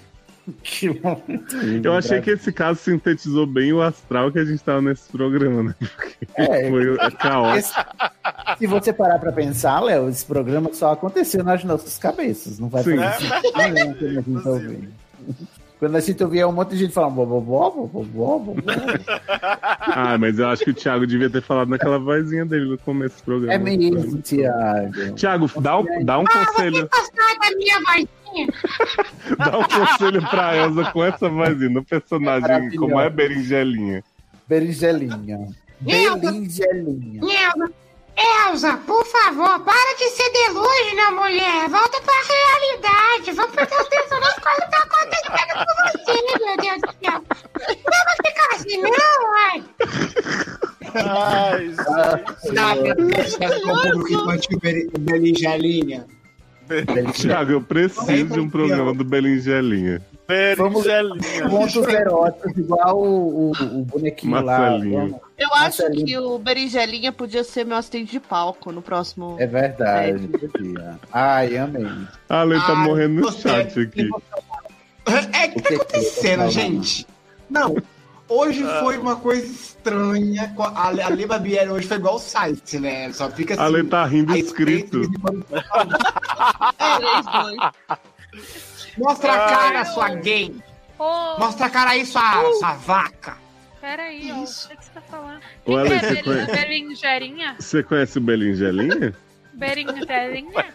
C: Que momento lindo,
F: Eu achei
C: Brasil.
F: que esse caso sintetizou bem o astral que a gente tava nesse programa, né?
C: É,
F: Foi é caótico.
C: Esse- se você parar pra pensar, Léo, esse programa só aconteceu nas nossas cabeças. Não vai
F: Sim.
C: fazer sentido nenhum quando a gente ouvir. Quando a gente ouvir, é um monte de gente falando bobobó, bobobó, bobobó.
F: Ah, mas eu acho que o Thiago devia ter falado naquela vozinha dele no começo do programa.
C: É mesmo, Ah, Tiago.
F: Thiago, dá, o- dá um conselho,
B: Gostou da minha vozinha?
F: dá um conselho pra Elsa com essa vozinha, no personagem
C: Maravilhoso.
F: como é Berinjelinha.
C: Berinjelinha. Berinjelinha.
B: Elza, Elza, por favor, para de ser delusional, mulher. Volta pra realidade. Vamos prestar atenção nas coisas que tá acontecendo com você, meu Deus do céu. Não vamos ficar assim, não, ai.
G: Ai, gente.
D: Dá pra pensar com o público infantil beri- berinjelinha?
F: Thiago, eu preciso de um programa do Berinjelinha.
G: Berinjelinha.
C: Pontos eróticos, igual o, o, o bonequinho lá.
F: Marcelinho.
C: Vamos.
E: Eu acho
C: Marcelinho.
E: que o Berinjelinha podia ser meu assistente de palco no próximo.
C: É verdade. podia. Ai, amei.
F: A Ale tá
D: Ah,
F: morrendo no
D: você-
F: chat aqui.
D: É que tá acontecendo, gente. Não. Hoje
F: Ah.
D: foi uma coisa estranha. A Ale- a Ale Babieri hoje foi igual o site, né? Só fica assim.
F: A Ale tá rindo
D: aí,
F: escrito.
E: Três, dois.
D: Mostra a cara, sua gay.
A: Ô,
D: Mostra a cara aí,
F: Uh.
D: sua, sua vaca.
A: peraí, ó.
E: Isso.
A: O que que você tá falando?
F: Ô, Ale,
A: Quem que
F: você
A: é Beri-
F: conhece,
A: Berinjerinha?
F: você conhece o Berinjelinha?
A: Berinjerinha?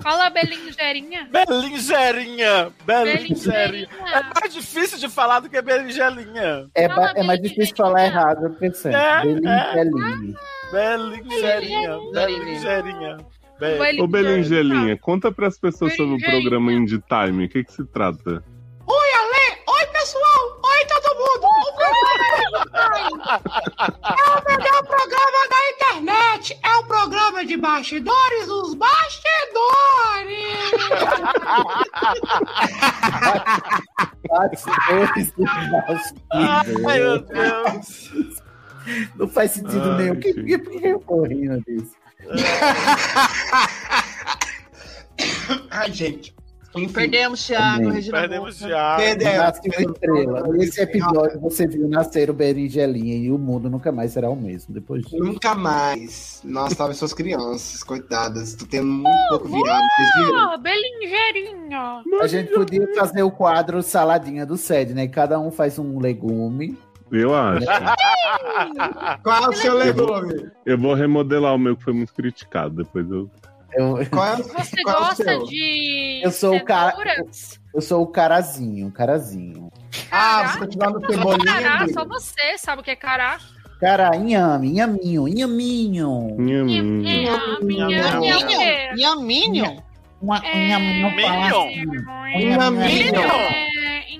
A: Fala Berinjerinha.
G: Belinjerinha. Belinjerinha. É
A: Berinjerinha.
G: mais difícil de falar do que berinjelinha.
C: É, ba- é
A: Fala,
C: mais difícil falar
A: Berinjelinha.
C: errado, eu pensei.
G: É,
C: Berinjelinha.
G: Belinjerinha. Belinjerinha. Be-
F: Ô, Berinjelinha, conta pras pessoas sobre o
A: Berinjelinha.
F: programa Indie Time. O que que se trata?
D: Oi, Ale! Oi, pessoal! Oi, todo mundo! O programa é o melhor programa da internet! É o programa de bastidores dos bastidores!
C: Bastidores do
G: Ai, meu
C: bastidores.
G: Deus.
C: Não faz sentido
F: Ai,
C: nenhum. Por que,
F: gente.
C: por que eu tô rindo disso?
D: Ai, gente. Enfim,
E: Perdemos Thiago,
C: Amém.
E: Regina.
G: Perdemos
E: Volta.
G: Thiago.
D: Perdeu. É,
C: Nasce
D: é,
C: uma estrela.
D: é,
C: Nesse
D: é,
C: episódio você viu nascer o Berinjelinha e o mundo nunca mais será o mesmo depois disso.
D: nunca mais. Nós salve suas crianças, coitadas. Tô tendo
F: Uh,
D: muito pouco virado, vocês viram?
A: Ó, Berinjerinha.
C: A gente podia fazer o quadro Saladinha do Sede, né? Cada um faz um legume.
F: Eu acho.
D: Qual é o seu legume?
F: Eu vou remodelar o meu que foi muito criticado. Depois eu
C: Eu,
D: Qual é o-
A: Você
D: qual é o
A: gosta
D: seu?
A: de
C: Eu sou o cara-
A: cenouras?
C: eu sou o carazinho, carazinho.
D: Ah, você continua
F: tá
D: no cebolinha?
A: Cará,
D: amigo?
A: só você sabe o que é cará.
C: Cara, inhame, inhaminho, inhaminho.
F: Hum. Nham.
A: Inhaminho.
E: Minha Minion?
C: Uma,
A: É,
C: inhaminho,
G: Minion.
C: assim.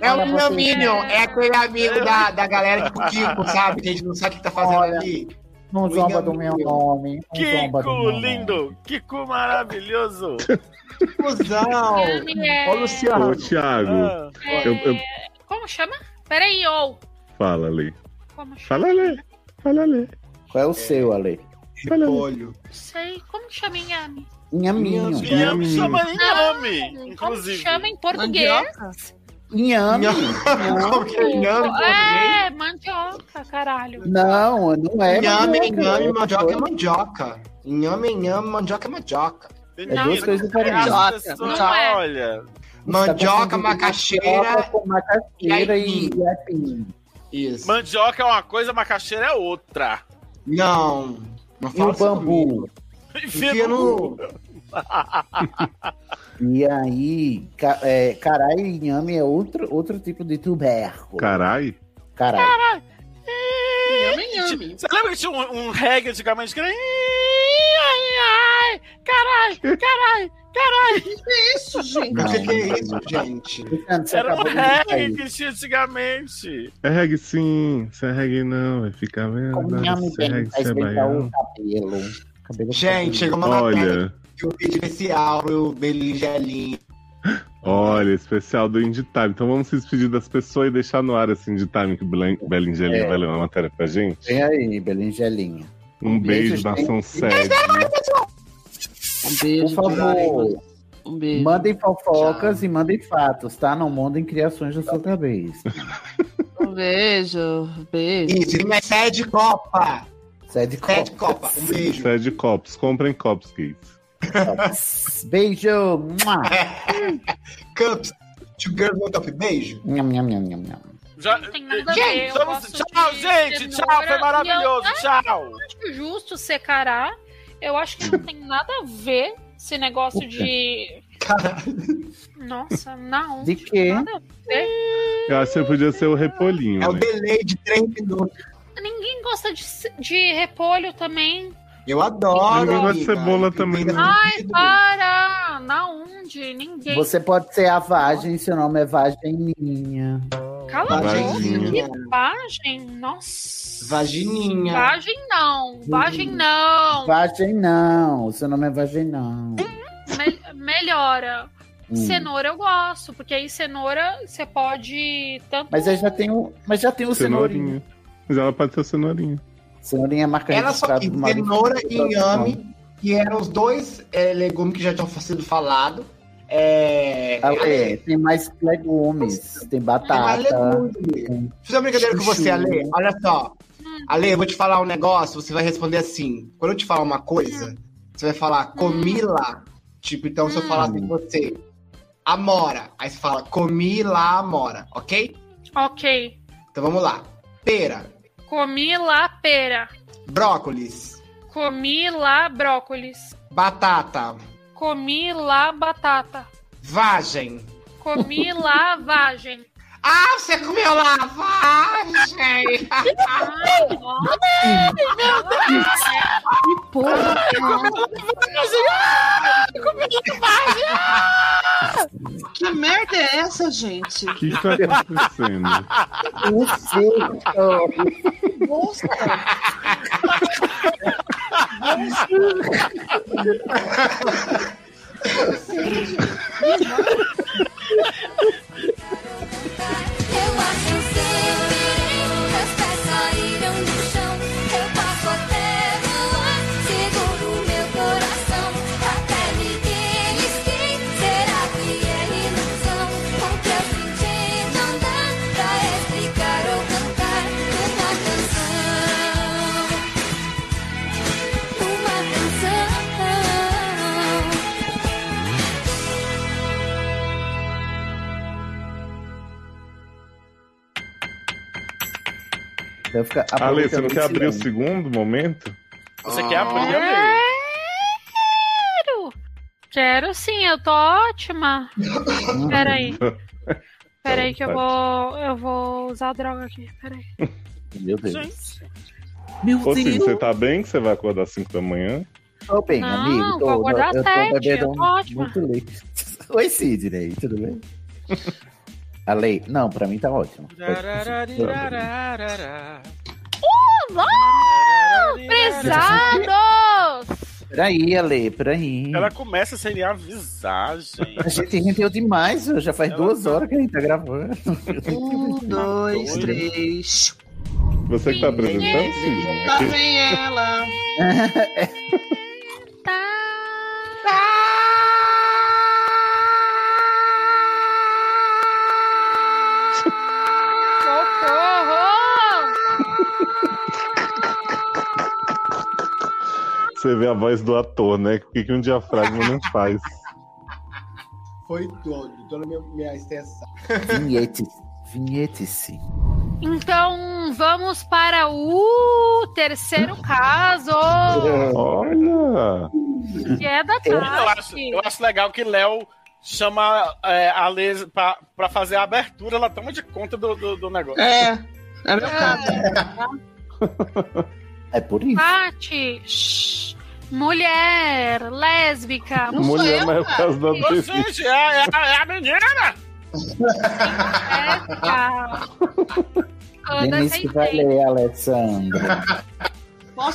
D: É o
C: Olha
D: meu Minion, é aquele amigo da, da galera do Kiko, Um sabe? Que a gente não sabe o que tá fazendo
C: Olha.
D: ali.
C: Não zomba do meu nome. Não zomba do
G: Kiko
C: meu nome.
G: lindo, Kiko maravilhoso.
D: Fusão! Ô, Luciano,
F: Ô, Thiago,
G: Ah,
F: eu, eu-
A: Como chama? Peraí, ou.
F: fala ali.
A: Como chama?
F: Fala ali. Fala ali.
C: Qual é o seu, Ale?
D: repolho.
A: Não sei. Como que chama inhame?
C: Inhaminho.
G: Inhame chama
A: Hum. Como
G: Inhame,
A: que
G: inclusive.
A: chama em português?
C: Inhame.
D: Como que é inhame? em português?
A: É, mandioca, caralho.
C: Não, não é.
D: Inhame,
C: mandioca.
D: inhame, mandioca é mandioca. Inhame, inhame, mandioca é mandioca.
G: Menino,
A: É duas
C: coisas diferentes.
G: As
E: Não
G: pessoas,
A: é.
G: olha,
D: Mandioca,
C: Tá confundindo
D: macaxeira
C: mandioca com macaxeira e, e assim, aipim.
D: Isso.
G: mandioca é uma coisa, macaxeira é outra.
D: Não.
C: E
D: Não
C: o
D: fala isso comigo.
C: bambu.
D: Enfia no...
C: E aí, ca, é, caralho, inhame é outro, outro tipo de tubérculo.
F: Carai.
C: Caralho.
G: Você lembra que tinha um, um reggae antigamente que era. "Ih, ai, ai, Carai, carai, carai.
E: Isso, gente.
D: O que, que
C: não,
D: é isso, gente?
C: Luciano, você
G: Era um
C: acabou de dizer
G: reggae
C: isso.
G: que tinha antigamente.
F: É reggae sim, se é reggae não, vai ficar vendo.
C: Como inhame
F: Se é
C: bem,
F: reggae,
C: pra um.
F: se é
C: esquentar o
F: baiano.
C: cabelo. Cabelo
D: Gente, chegou uma matéria
F: Olha,
D: que eu pedi especial pro Beligelinho.
F: olha, especial do Indie Time. Então vamos se despedir das pessoas e deixar no ar esse Indie Time que o Belen- Belingelinha
C: É.
F: vai ler uma matéria pra gente.
C: Vem aí, Belingelinha.
F: Um beijo,
C: beijo,
F: nação sede.
E: Um beijo,
C: Por favor.
E: Diego. Um beijo.
C: Mandem fofocas e mandem fatos, tá? Não mandem criações da sua cabeça.
E: Um beijo. um Beijo.
D: Isso, ele é sede Copa.
C: Sede
D: Sede
C: Copa.
D: Copa. Um beijo.
F: Sede copos, comprem copos, kids.
C: Beijo. Mua.
D: Cups. Two girls, one cup. Beijo.
C: Nham, nham, nham, nham, nham.
G: Já-
A: Não tem nada a
G: Gente,
A: ver. eu
G: vamos-
A: gosto
G: tchau,
A: de
G: gente. Tchau,
A: cenoura
G: foi
A: e
G: maravilhoso. Tchau.
A: Eu acho justo secará. Eu acho que não tem nada a ver esse negócio de.
D: Caralho.
A: Nossa, não.
C: De quê?
A: Nada a ver.
F: Eu acho que podia ser o Repolinho.
D: É o
F: né?
D: delay de 3 minutos.
A: Ninguém gosta de, ce- de repolho também.
D: Eu adoro.
F: Ninguém gosta de
D: amiga.
F: cebola
D: Eu
F: também,
D: entendo
F: não.
D: esse sentido.
A: Para! Na onde? Ninguém.
C: Você pode ser a Vagem, seu nome é Vageninha.
A: Cala a boca.
F: Vagininha.
D: Vagininha.
A: Vagem? Nossa.
D: Vagininha.
A: Vagem
C: Hum.
A: não. Vagem não.
C: Vagem não, seu nome é Vagem não.
A: Me- melhora.
C: Hum.
A: Cenoura eu gosto, porque aí cenoura você pode tanto.
C: Mas eu já tenho, mas já tenho o cenourinho.
F: Cenourinha. Mas ela pode ser o cenourinho.
C: Cenourinha é marca
D: Ela só
C: registrada
D: quis
C: do marido.
D: cenoura e inhame, que eram os dois é, legumes que já tinham sido falado. É...
C: Ale, Ah, tá, tem mais legumes, tem
D: Tem mais
C: batata.
D: legumes. amigo. Fiz uma brincadeira com você, Ale. Olha só. Ale, eu vou te falar um negócio, você vai responder assim. Quando eu te falar uma coisa, você vai falar comi lá. Tipo, então se eu falar assim pra você, amora. Aí você fala comi lá amora, ok?
A: Ok.
D: Então vamos lá. Pera,
A: Comi lá pera.
D: brócolis,
A: Comi lá brócolis.
D: batata,
A: Comi lá batata.
D: vagem.
A: Comi lá vagem.
D: Ah, você comeu lavagem!
A: Ai, nossa,
E: Porra, que merda é essa, gente?
F: O que que tá acontecendo?
C: Não sei, tô-
E: Nossa,
L: Eu acho que meus pés saíram do chão. Eu passo até voar, seguro meu coração. Até me diz que será que é ilusão? O que eu senti não dá pra explicar ou cantar numa canção. Numa canção.
C: Deve ficar
F: Ale, você
C: aproveitando
F: não
C: esse
F: quer abrir o
C: silêncio.
F: segundo momento?
G: Você quer abrir? Eu leio.
A: É, Quero sim, eu tô ótima. Peraí.
C: Então
A: Peraí que eu vou. Eu vou usar a droga aqui. Peraí.
C: Meu Deus.
A: Meu
F: Ô, Cid,
A: Deus.
F: você tá bem que você vai acordar às 5 da manhã?
C: Tô bem,
A: Não,
C: amigo. Tô,
A: vou acordar
C: eu
A: sete,
C: tô bebendo
A: eu tô ótima.
C: muito leite. Oi, Sidney, tudo bem? A lei? Não, pra mim tá ótimo.
A: Uh, uau! Prezados!
C: Peraí, Ale, peraí.
G: Ela começa sem avisar, gente.
C: A gente rendeu demais, já faz duas horas que a gente tá gravando.
E: Um, dois, três.
F: Você que tá apresentando, Sidney?
E: Tá vem ela.
A: Socorro!
F: É Você vê a voz do ator, né? O que, que um diafragma não faz?
D: Foi todo, toda a minha, minha extensão.
C: Vinhete. Vinhete-se.
A: Então vamos para o terceiro caso.
F: Olha!
A: Que é da
G: Eu
A: tarde.
G: acho, eu acho legal que Léo chama é, a Lê pra, pra fazer a abertura, ela toma de conta do, do, do negócio.
E: É, é meu caso.
C: É por isso.
A: Paty, shh, mulher, lésbica.
F: Não sou Mulher, eu, assim. mas é o cara. caso da
A: Ô,
F: Daisy.
A: gente, é- é- é a menina! Ah,
C: Denise que vai ler, Alessandra.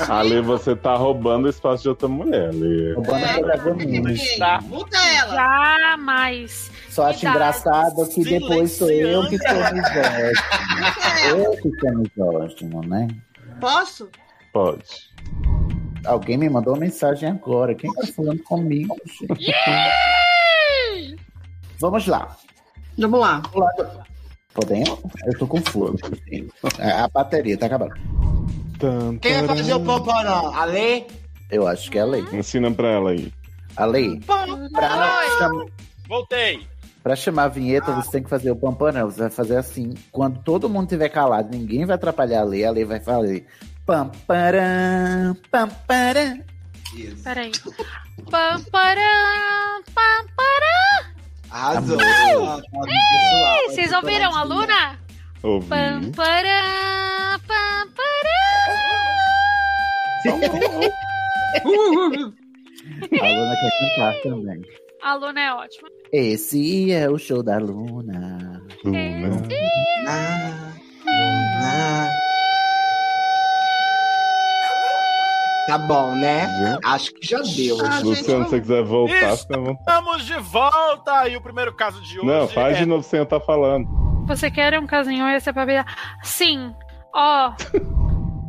F: Ale, você tá roubando o espaço de outra mulher, Ale.
C: Roubando a protagonista.
E: Muda ela.
A: Jamais.
C: Só acho engraçado que depois sou eu que sou misógino. Eu que sou misógino, né?
E: Posso?
F: Pode.
C: Alguém me mandou uma mensagem agora. Quem tá falando comigo? gente? Vamos lá.
E: Vamos lá.
C: Podemos? Eu tô com fogo. A bateria tá acabando.
D: Quem vai fazer o poporó? A lei?
C: Eu acho que é a lei.
F: Ensina pra ela aí.
C: A lei. Pra, cham-
G: Voltei.
C: pra chamar a vinheta, você tem que fazer o pampanã. Você vai fazer assim. Quando todo mundo estiver calado, ninguém vai atrapalhar a lei. A lei vai falar pamparã, pamparã.
A: Peraí. Pam, param, pam, param.
D: Arrasou.
A: Uau!
D: pessoal,
A: Ei, Vocês ouviram
C: assim,
A: a
C: né?
A: Luna?
F: Ouvi.
C: Uhum.
A: Pam, param, pam, param.
C: A Luna quer cantar também.
A: A Luna é ótima.
C: Esse é o show da Luna.
F: Hum, Luna.
D: Tá bom,
G: É?
D: né? Acho que já deu.
F: Luciano, se você quiser voltar, fica à vontade.
G: Estamos de volta! E o primeiro caso de hoje.
F: Não, faz
G: é...
F: de novo sem eu estar falando.
A: Você quer um casinho extra pra vida? Sim. Ó,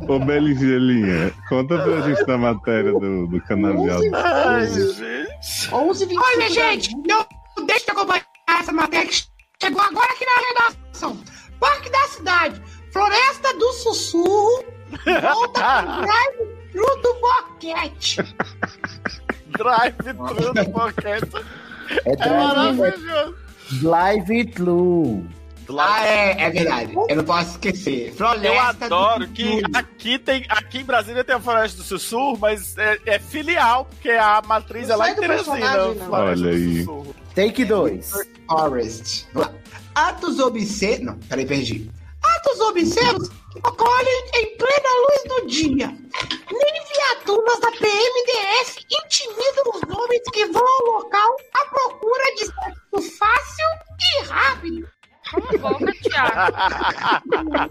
F: Ô, Beligelinha, conta pra gente da matéria do, do canavial.
D: Ai,
G: gente.
E: 11 h
B: Olha, gente, não deixa de acompanhar essa matéria que chegou agora aqui na redação. Parque da Cidade, Floresta do Sussurro, volta com drive thru do boquete.
G: Drive thru do boquete.
C: É
G: É
C: drive
G: maravilhoso.
C: Live True.
D: Ah, é, é verdade. Eu não posso esquecer. Floresta
G: Eu
D: do
G: adoro que
D: Futuro.
G: aqui tem. Aqui em Brasília tem a Floresta do Sussurro, mas é, é filial, porque a matriz
D: Não
G: é lá
D: sai
G: em
D: do
G: Teresina.
D: personagem, não.
G: Floresta
F: Olha
G: do
F: aí.
G: Sussurro.
C: Take 2.
D: Forest. Vamos lá. Atos obscenos. Não, peraí, perdi. Atos obscenos ocorrem em plena luz do dia.
B: Nem viaturas da PMDF intimidam os homens que vão ao local à procura de sexo fácil e rápido.
A: boca, Thiago.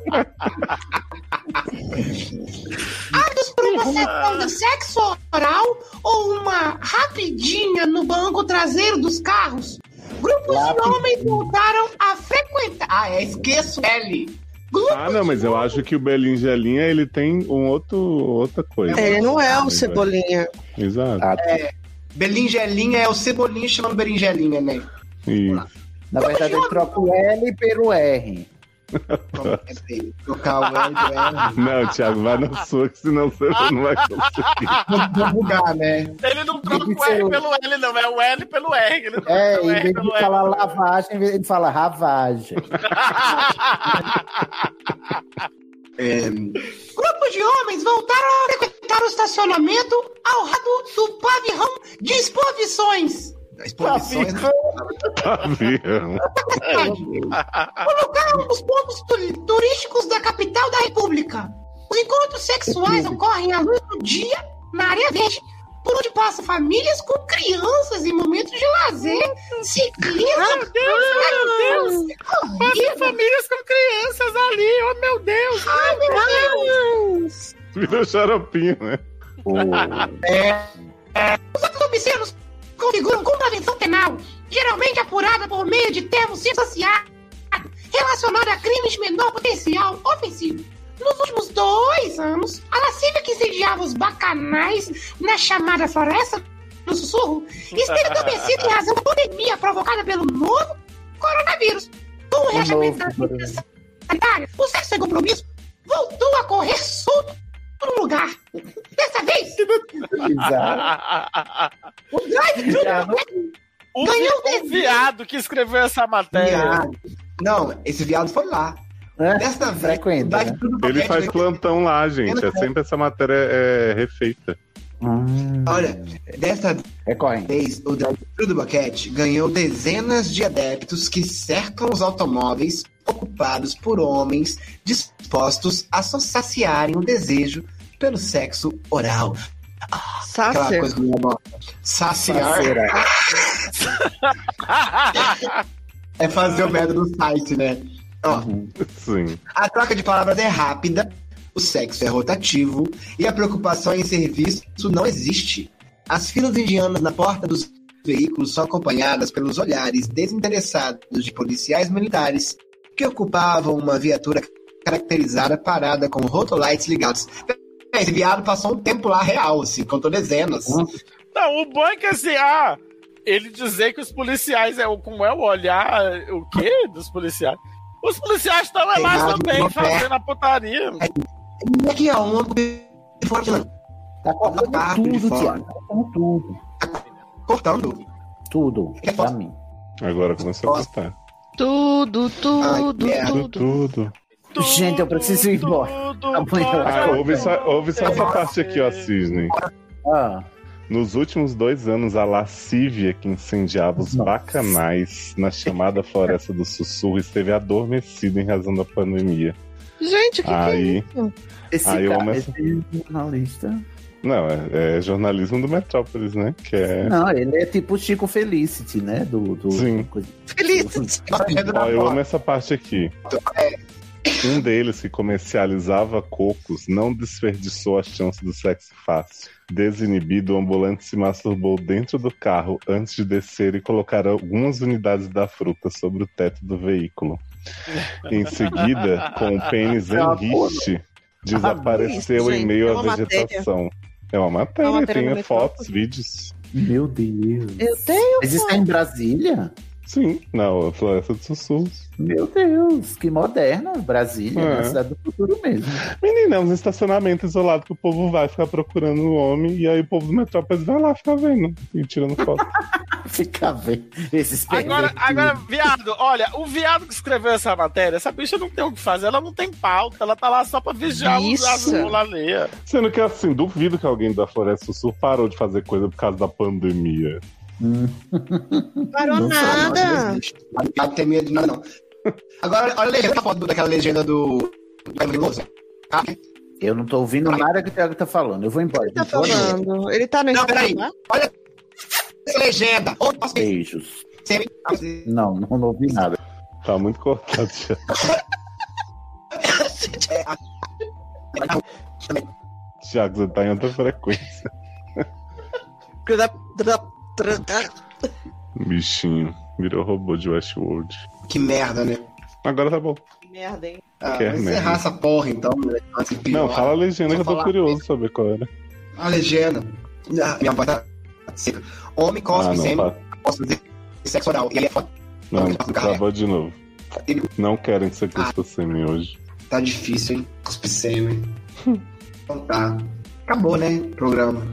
B: Atos por uma sessão de sexo oral ou uma rapidinha no banco traseiro dos carros. Grupos de homens voltaram a frequentar. Ah, é, esqueço L.
F: Ah, não, mas eu acho que o Belingelinha ele tem um outro, outra coisa.
E: Ele não é o Cebolinha.
F: Exato.
D: É, berinjelinha é o cebolinha chamando berinjelinha, né?
F: Isso.
C: Na verdade, eu troco o L pelo R.
D: é Trocar o L do
F: Não, Thiago, vai na sua, que senão você não vai conseguir.
D: R. Vamos bugar, é, né?
G: Ele não troca o R pelo L, não. É o L pelo R. Ele não troca
C: um É,
G: o
C: em
G: R
C: vez de
G: pelo R.
C: falar lavagem, ele fala ravagem.
D: É,
B: Grupos de homens voltaram a frequentar o estacionamento ao lado do pavilhão de exposições.
C: Tá
D: Exposições.
F: Avião.
B: O lugar é um dos pontos tu- turísticos da capital da república. Os encontros sexuais ocorrem à luz do dia na área verde, por onde passam famílias com crianças em momentos de lazer, ciclistas...
L: Meu Deus, meu Deus.
B: Passa
G: famílias com crianças ali, oh meu Deus!
B: Ai, meu Deus!
F: Virou xaropinho, né?
B: Os atos obscenos configuram contravenção penal, geralmente apurada por meio de termos associados, relacionada a crimes de menor potencial ofensivo. Nos últimos dois anos, a lascívia que incendiava os bacanais na chamada floresta do sussurro esteve
C: um
B: adormecida em razão da pandemia provocada pelo novo coronavírus. Com o reachamento da vida sanitária, o sexo sem compromisso voltou a correr solto no lugar. Dessa vez,
C: é
B: o drive-thru
G: O, vi-
B: Ganhou
G: o
B: desenho.
G: viado que escreveu essa
C: né?
G: matéria.
D: Viado. Não, esse viado foi lá. Desta vez,
C: Frequenta,
D: vai
C: né?
D: tudo pra
F: Ele
D: frente,
F: faz
D: né?
F: plantão lá, gente. É sempre essa matéria é refeita.
C: Hum.
D: Olha, né? desta
C: É
D: vez, o drive-thru do Boquete ganhou dezenas de adeptos que cercam os automóveis ocupados por homens dispostos a só saciarem o desejo pelo sexo oral. Ah, Aquela
E: Sacer.
D: coisa que minha avó- Saciar. é fazer o merda do site, né? Ó,
F: Sim.
D: A troca de palavras é rápida, o sexo é rotativo e a preocupação em serviço não existe. As filas indianas na porta dos veículos são acompanhadas pelos olhares desinteressados de policiais militares que ocupavam uma viatura caracterizada parada com rotolights ligados. Esse viado passou um tempo lá real, assim, contou dezenas.
G: Não, o bom é que assim, ah, ele dizer que os policiais, é, o- como é o olhar, o quê dos policiais? Os policiais estão é lá
D: Verdade,
G: também,
D: não é.
G: fazendo a putaria.
D: E aqui é um homem de fora de lá.
C: Tá cortando
D: Tá
C: tudo,
D: de fora.
C: Tiago. Tá cortando tudo.
D: Cortando.
C: Tudo. Pra mim.
F: Agora começou a cortar.
E: Tudo, tudo,
D: Ai,
E: tudo.
F: Tudo, tudo.
C: Gente, eu preciso ir embora. Amanhã eu
F: Ah,
C: acordo.
F: ouve, essa, ouve só essa parte aqui, ó, Cisne.
C: Ah,
F: Nos últimos dois anos, a lascívia que incendiava os bacanais na chamada Floresta do Sussurro esteve adormecida em razão da pandemia.
E: Gente, o que,
F: Aí-
E: que é isso?
C: esse
F: Aí Ah, eu
C: cara,
F: começo-
C: esse jornalista.
F: Não, é, é jornalismo do Metrópolis, né? Que é.
C: Não, ele é tipo o Chico Felicity, né? Do, do,
F: Sim.
C: coisa-
E: Feliz.
F: Ó, eu amo essa parte aqui. Um deles que comercializava cocos não desperdiçou a chance do sexo fácil. Desinibido, o ambulante se masturbou dentro do carro antes de descer e colocar algumas unidades da fruta sobre o teto do veículo. Em seguida, com o pênis
C: É
F: em
C: uma
F: riste, desapareceu
E: Isso,
F: em
E: gente,
F: meio
E: é
F: à
E: uma matéria.
F: vegetação. É uma matéria,
E: É uma matéria no
F: tem fotos, vídeos.
C: Meu Deus.
E: Eu tenho.
C: Mas isso é em Brasília?
F: Sim, na Floresta dos Sussurros.
C: Meu Deus, que moderna Brasília,
F: É.
C: né? cidade do futuro mesmo.
F: Menina, é uns estacionamentos isolados que o povo vai ficar procurando o homem e aí o povo do Metrópolis vai lá ficar vendo e tirando foto.
C: Fica bem. Esses
G: Agora,
C: pervertidos.
G: agora, viado, olha, o viado que escreveu essa matéria, essa bicha não tem o que fazer, ela não tem pauta, ela tá lá só pra vigiar os
E: Isso.
G: as mulaleias.
F: Sendo que, assim, duvido que alguém da Floresta do Sul parou de fazer coisa por causa da pandemia.
C: Hum.
E: Parou
C: Não,
D: Não, não
E: nada.
D: existe. Não tem medo de nada, não. Agora, olha a legenda, a foto daquela legenda do. do Caio Veloso. Ah,
C: Eu não tô ouvindo nada que o Thiago tá falando. Eu vou embora.
E: Tá falando. Ele tá no
D: Não, peraí.
E: Instagram?
D: Essa legenda! Ou posso
C: Beijos.
D: ser.
C: Não, não, não ouvi nada.
F: Tá muito cortado já. Tiago, você tá em outra frequência. Bichinho, virou robô de Westworld.
D: Que merda, né?
F: Agora tá bom.
E: Merda, hein?
D: Ah,
F: Que
D: vamos
F: merda.
D: encerrar essa porra então. né? Antes que
F: Não,
D: piora.
F: fala a legenda que eu tô
D: falar.
F: curioso saber qual era.
D: A legenda. Ah, minha voz tá seca. Homem
F: Ah,
D: cospe
F: não,
D: sêmen,
F: tá.
D: cospe de sexo oral. E aí é foto.
F: Não,
D: Não,
F: travou de novo. Não querem que você custa semi hoje.
D: Tá difícil, hein? Cospe sêmen. Então tá. Acabou, né? o Programa.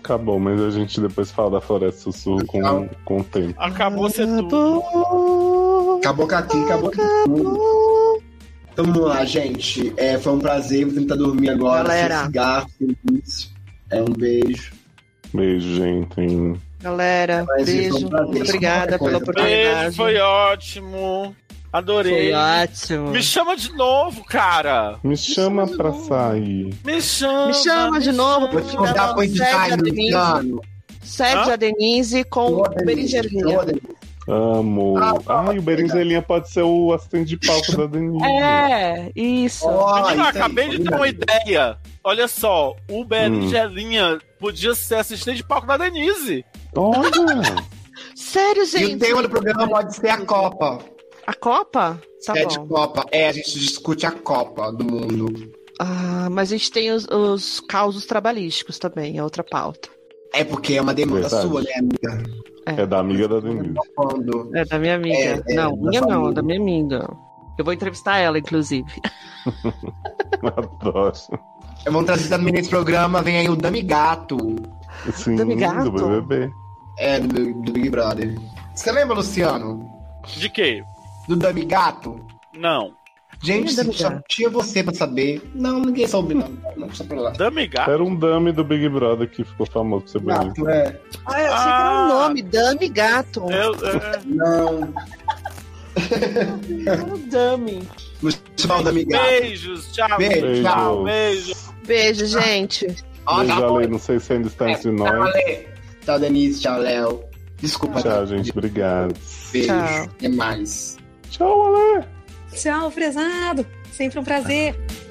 F: Acabou, mas a gente depois fala da Floresta Sussurro com, com o tempo.
E: Ah,
G: Acabou ser tudo.
E: Acabou.
D: Acabou com aqui, acabou com tudo. Então vamos lá, gente. É, foi um prazer. Vou tentar dormir agora.
E: Galera.
D: sem Cigarro, sem isso. É um beijo.
F: Beijo, gente.
E: Galera, beijo. Obrigada pela
G: Beijo,
E: oportunidade.
G: foi ótimo. Adorei.
E: Foi ótimo.
G: Me chama de novo, cara.
F: Me chama pra sair.
G: Me chama.
E: Me chama de novo pra
G: Vou dar
E: ficar
G: coisa de
E: sede a
G: carne,
E: Denise.
G: Luciano.
E: Sede
G: Hã?
E: a Denise com berinjelinha.
F: Amo.
E: Ah,
F: Ai, o Berinzelinha pode ser o assistente de palco da Denise.
E: É, isso.
G: Menino, eu acabei de ter um
E: Hum.
G: uma ideia. Olha só, o Berinjelinha podia ser assistente de palco da Denise.
F: Olha!
E: Sério, gente?
D: E o tema do programa pode ser a Copa.
E: A Copa? Tá
D: é
E: bom.
D: de Copa. É, a gente discute a Copa do mundo.
E: Ah, mas a gente tem os, os causos trabalhísticos também, é outra pauta.
D: É porque é uma demanda
F: Verdade.
D: sua, né, amiga?
F: É da amiga da Denise.
D: Quando...
E: É da minha amiga.
D: É, é,
E: não,
D: da
E: minha não,
D: família.
E: da minha amiga. Eu vou entrevistar ela, inclusive.
F: Adoro.
D: Vamos trazer também nesse programa, vem aí o Dami Gato.
F: Sim,
D: Dami
F: do BBB.
D: É, do, do Big Brother. Você lembra, Luciano,
G: De quê?
D: do Dami Gato?
G: Não.
D: Gente,
G: Quem é Dami
D: só
G: Gato?
D: tinha você pra saber. Não, ninguém soube, não. não só pra lá.
G: Dami Gato?
F: Era um dummy do Big Brother que ficou famoso que você
D: Gato, é.
E: Ah, eu achei que era um nome, Dami Gato.
G: Eu,
D: Não.
E: Dami.
D: Nos chamar o Dami Gato.
G: Beijos, tchau.
D: Beijo.
G: Tchau, beijo.
E: Beijo, gente.
F: Beijo, Ale. Não sei se ainda está entre nós.
D: Tchau, tá, Denise. Tchau, Léo. Desculpa.
F: Tchau, gente. Obrigado.
D: Beijo.
E: Tchau.
D: Até mais.
F: Tchau, Ale.
M: Tchau, prezado. Sempre um prazer.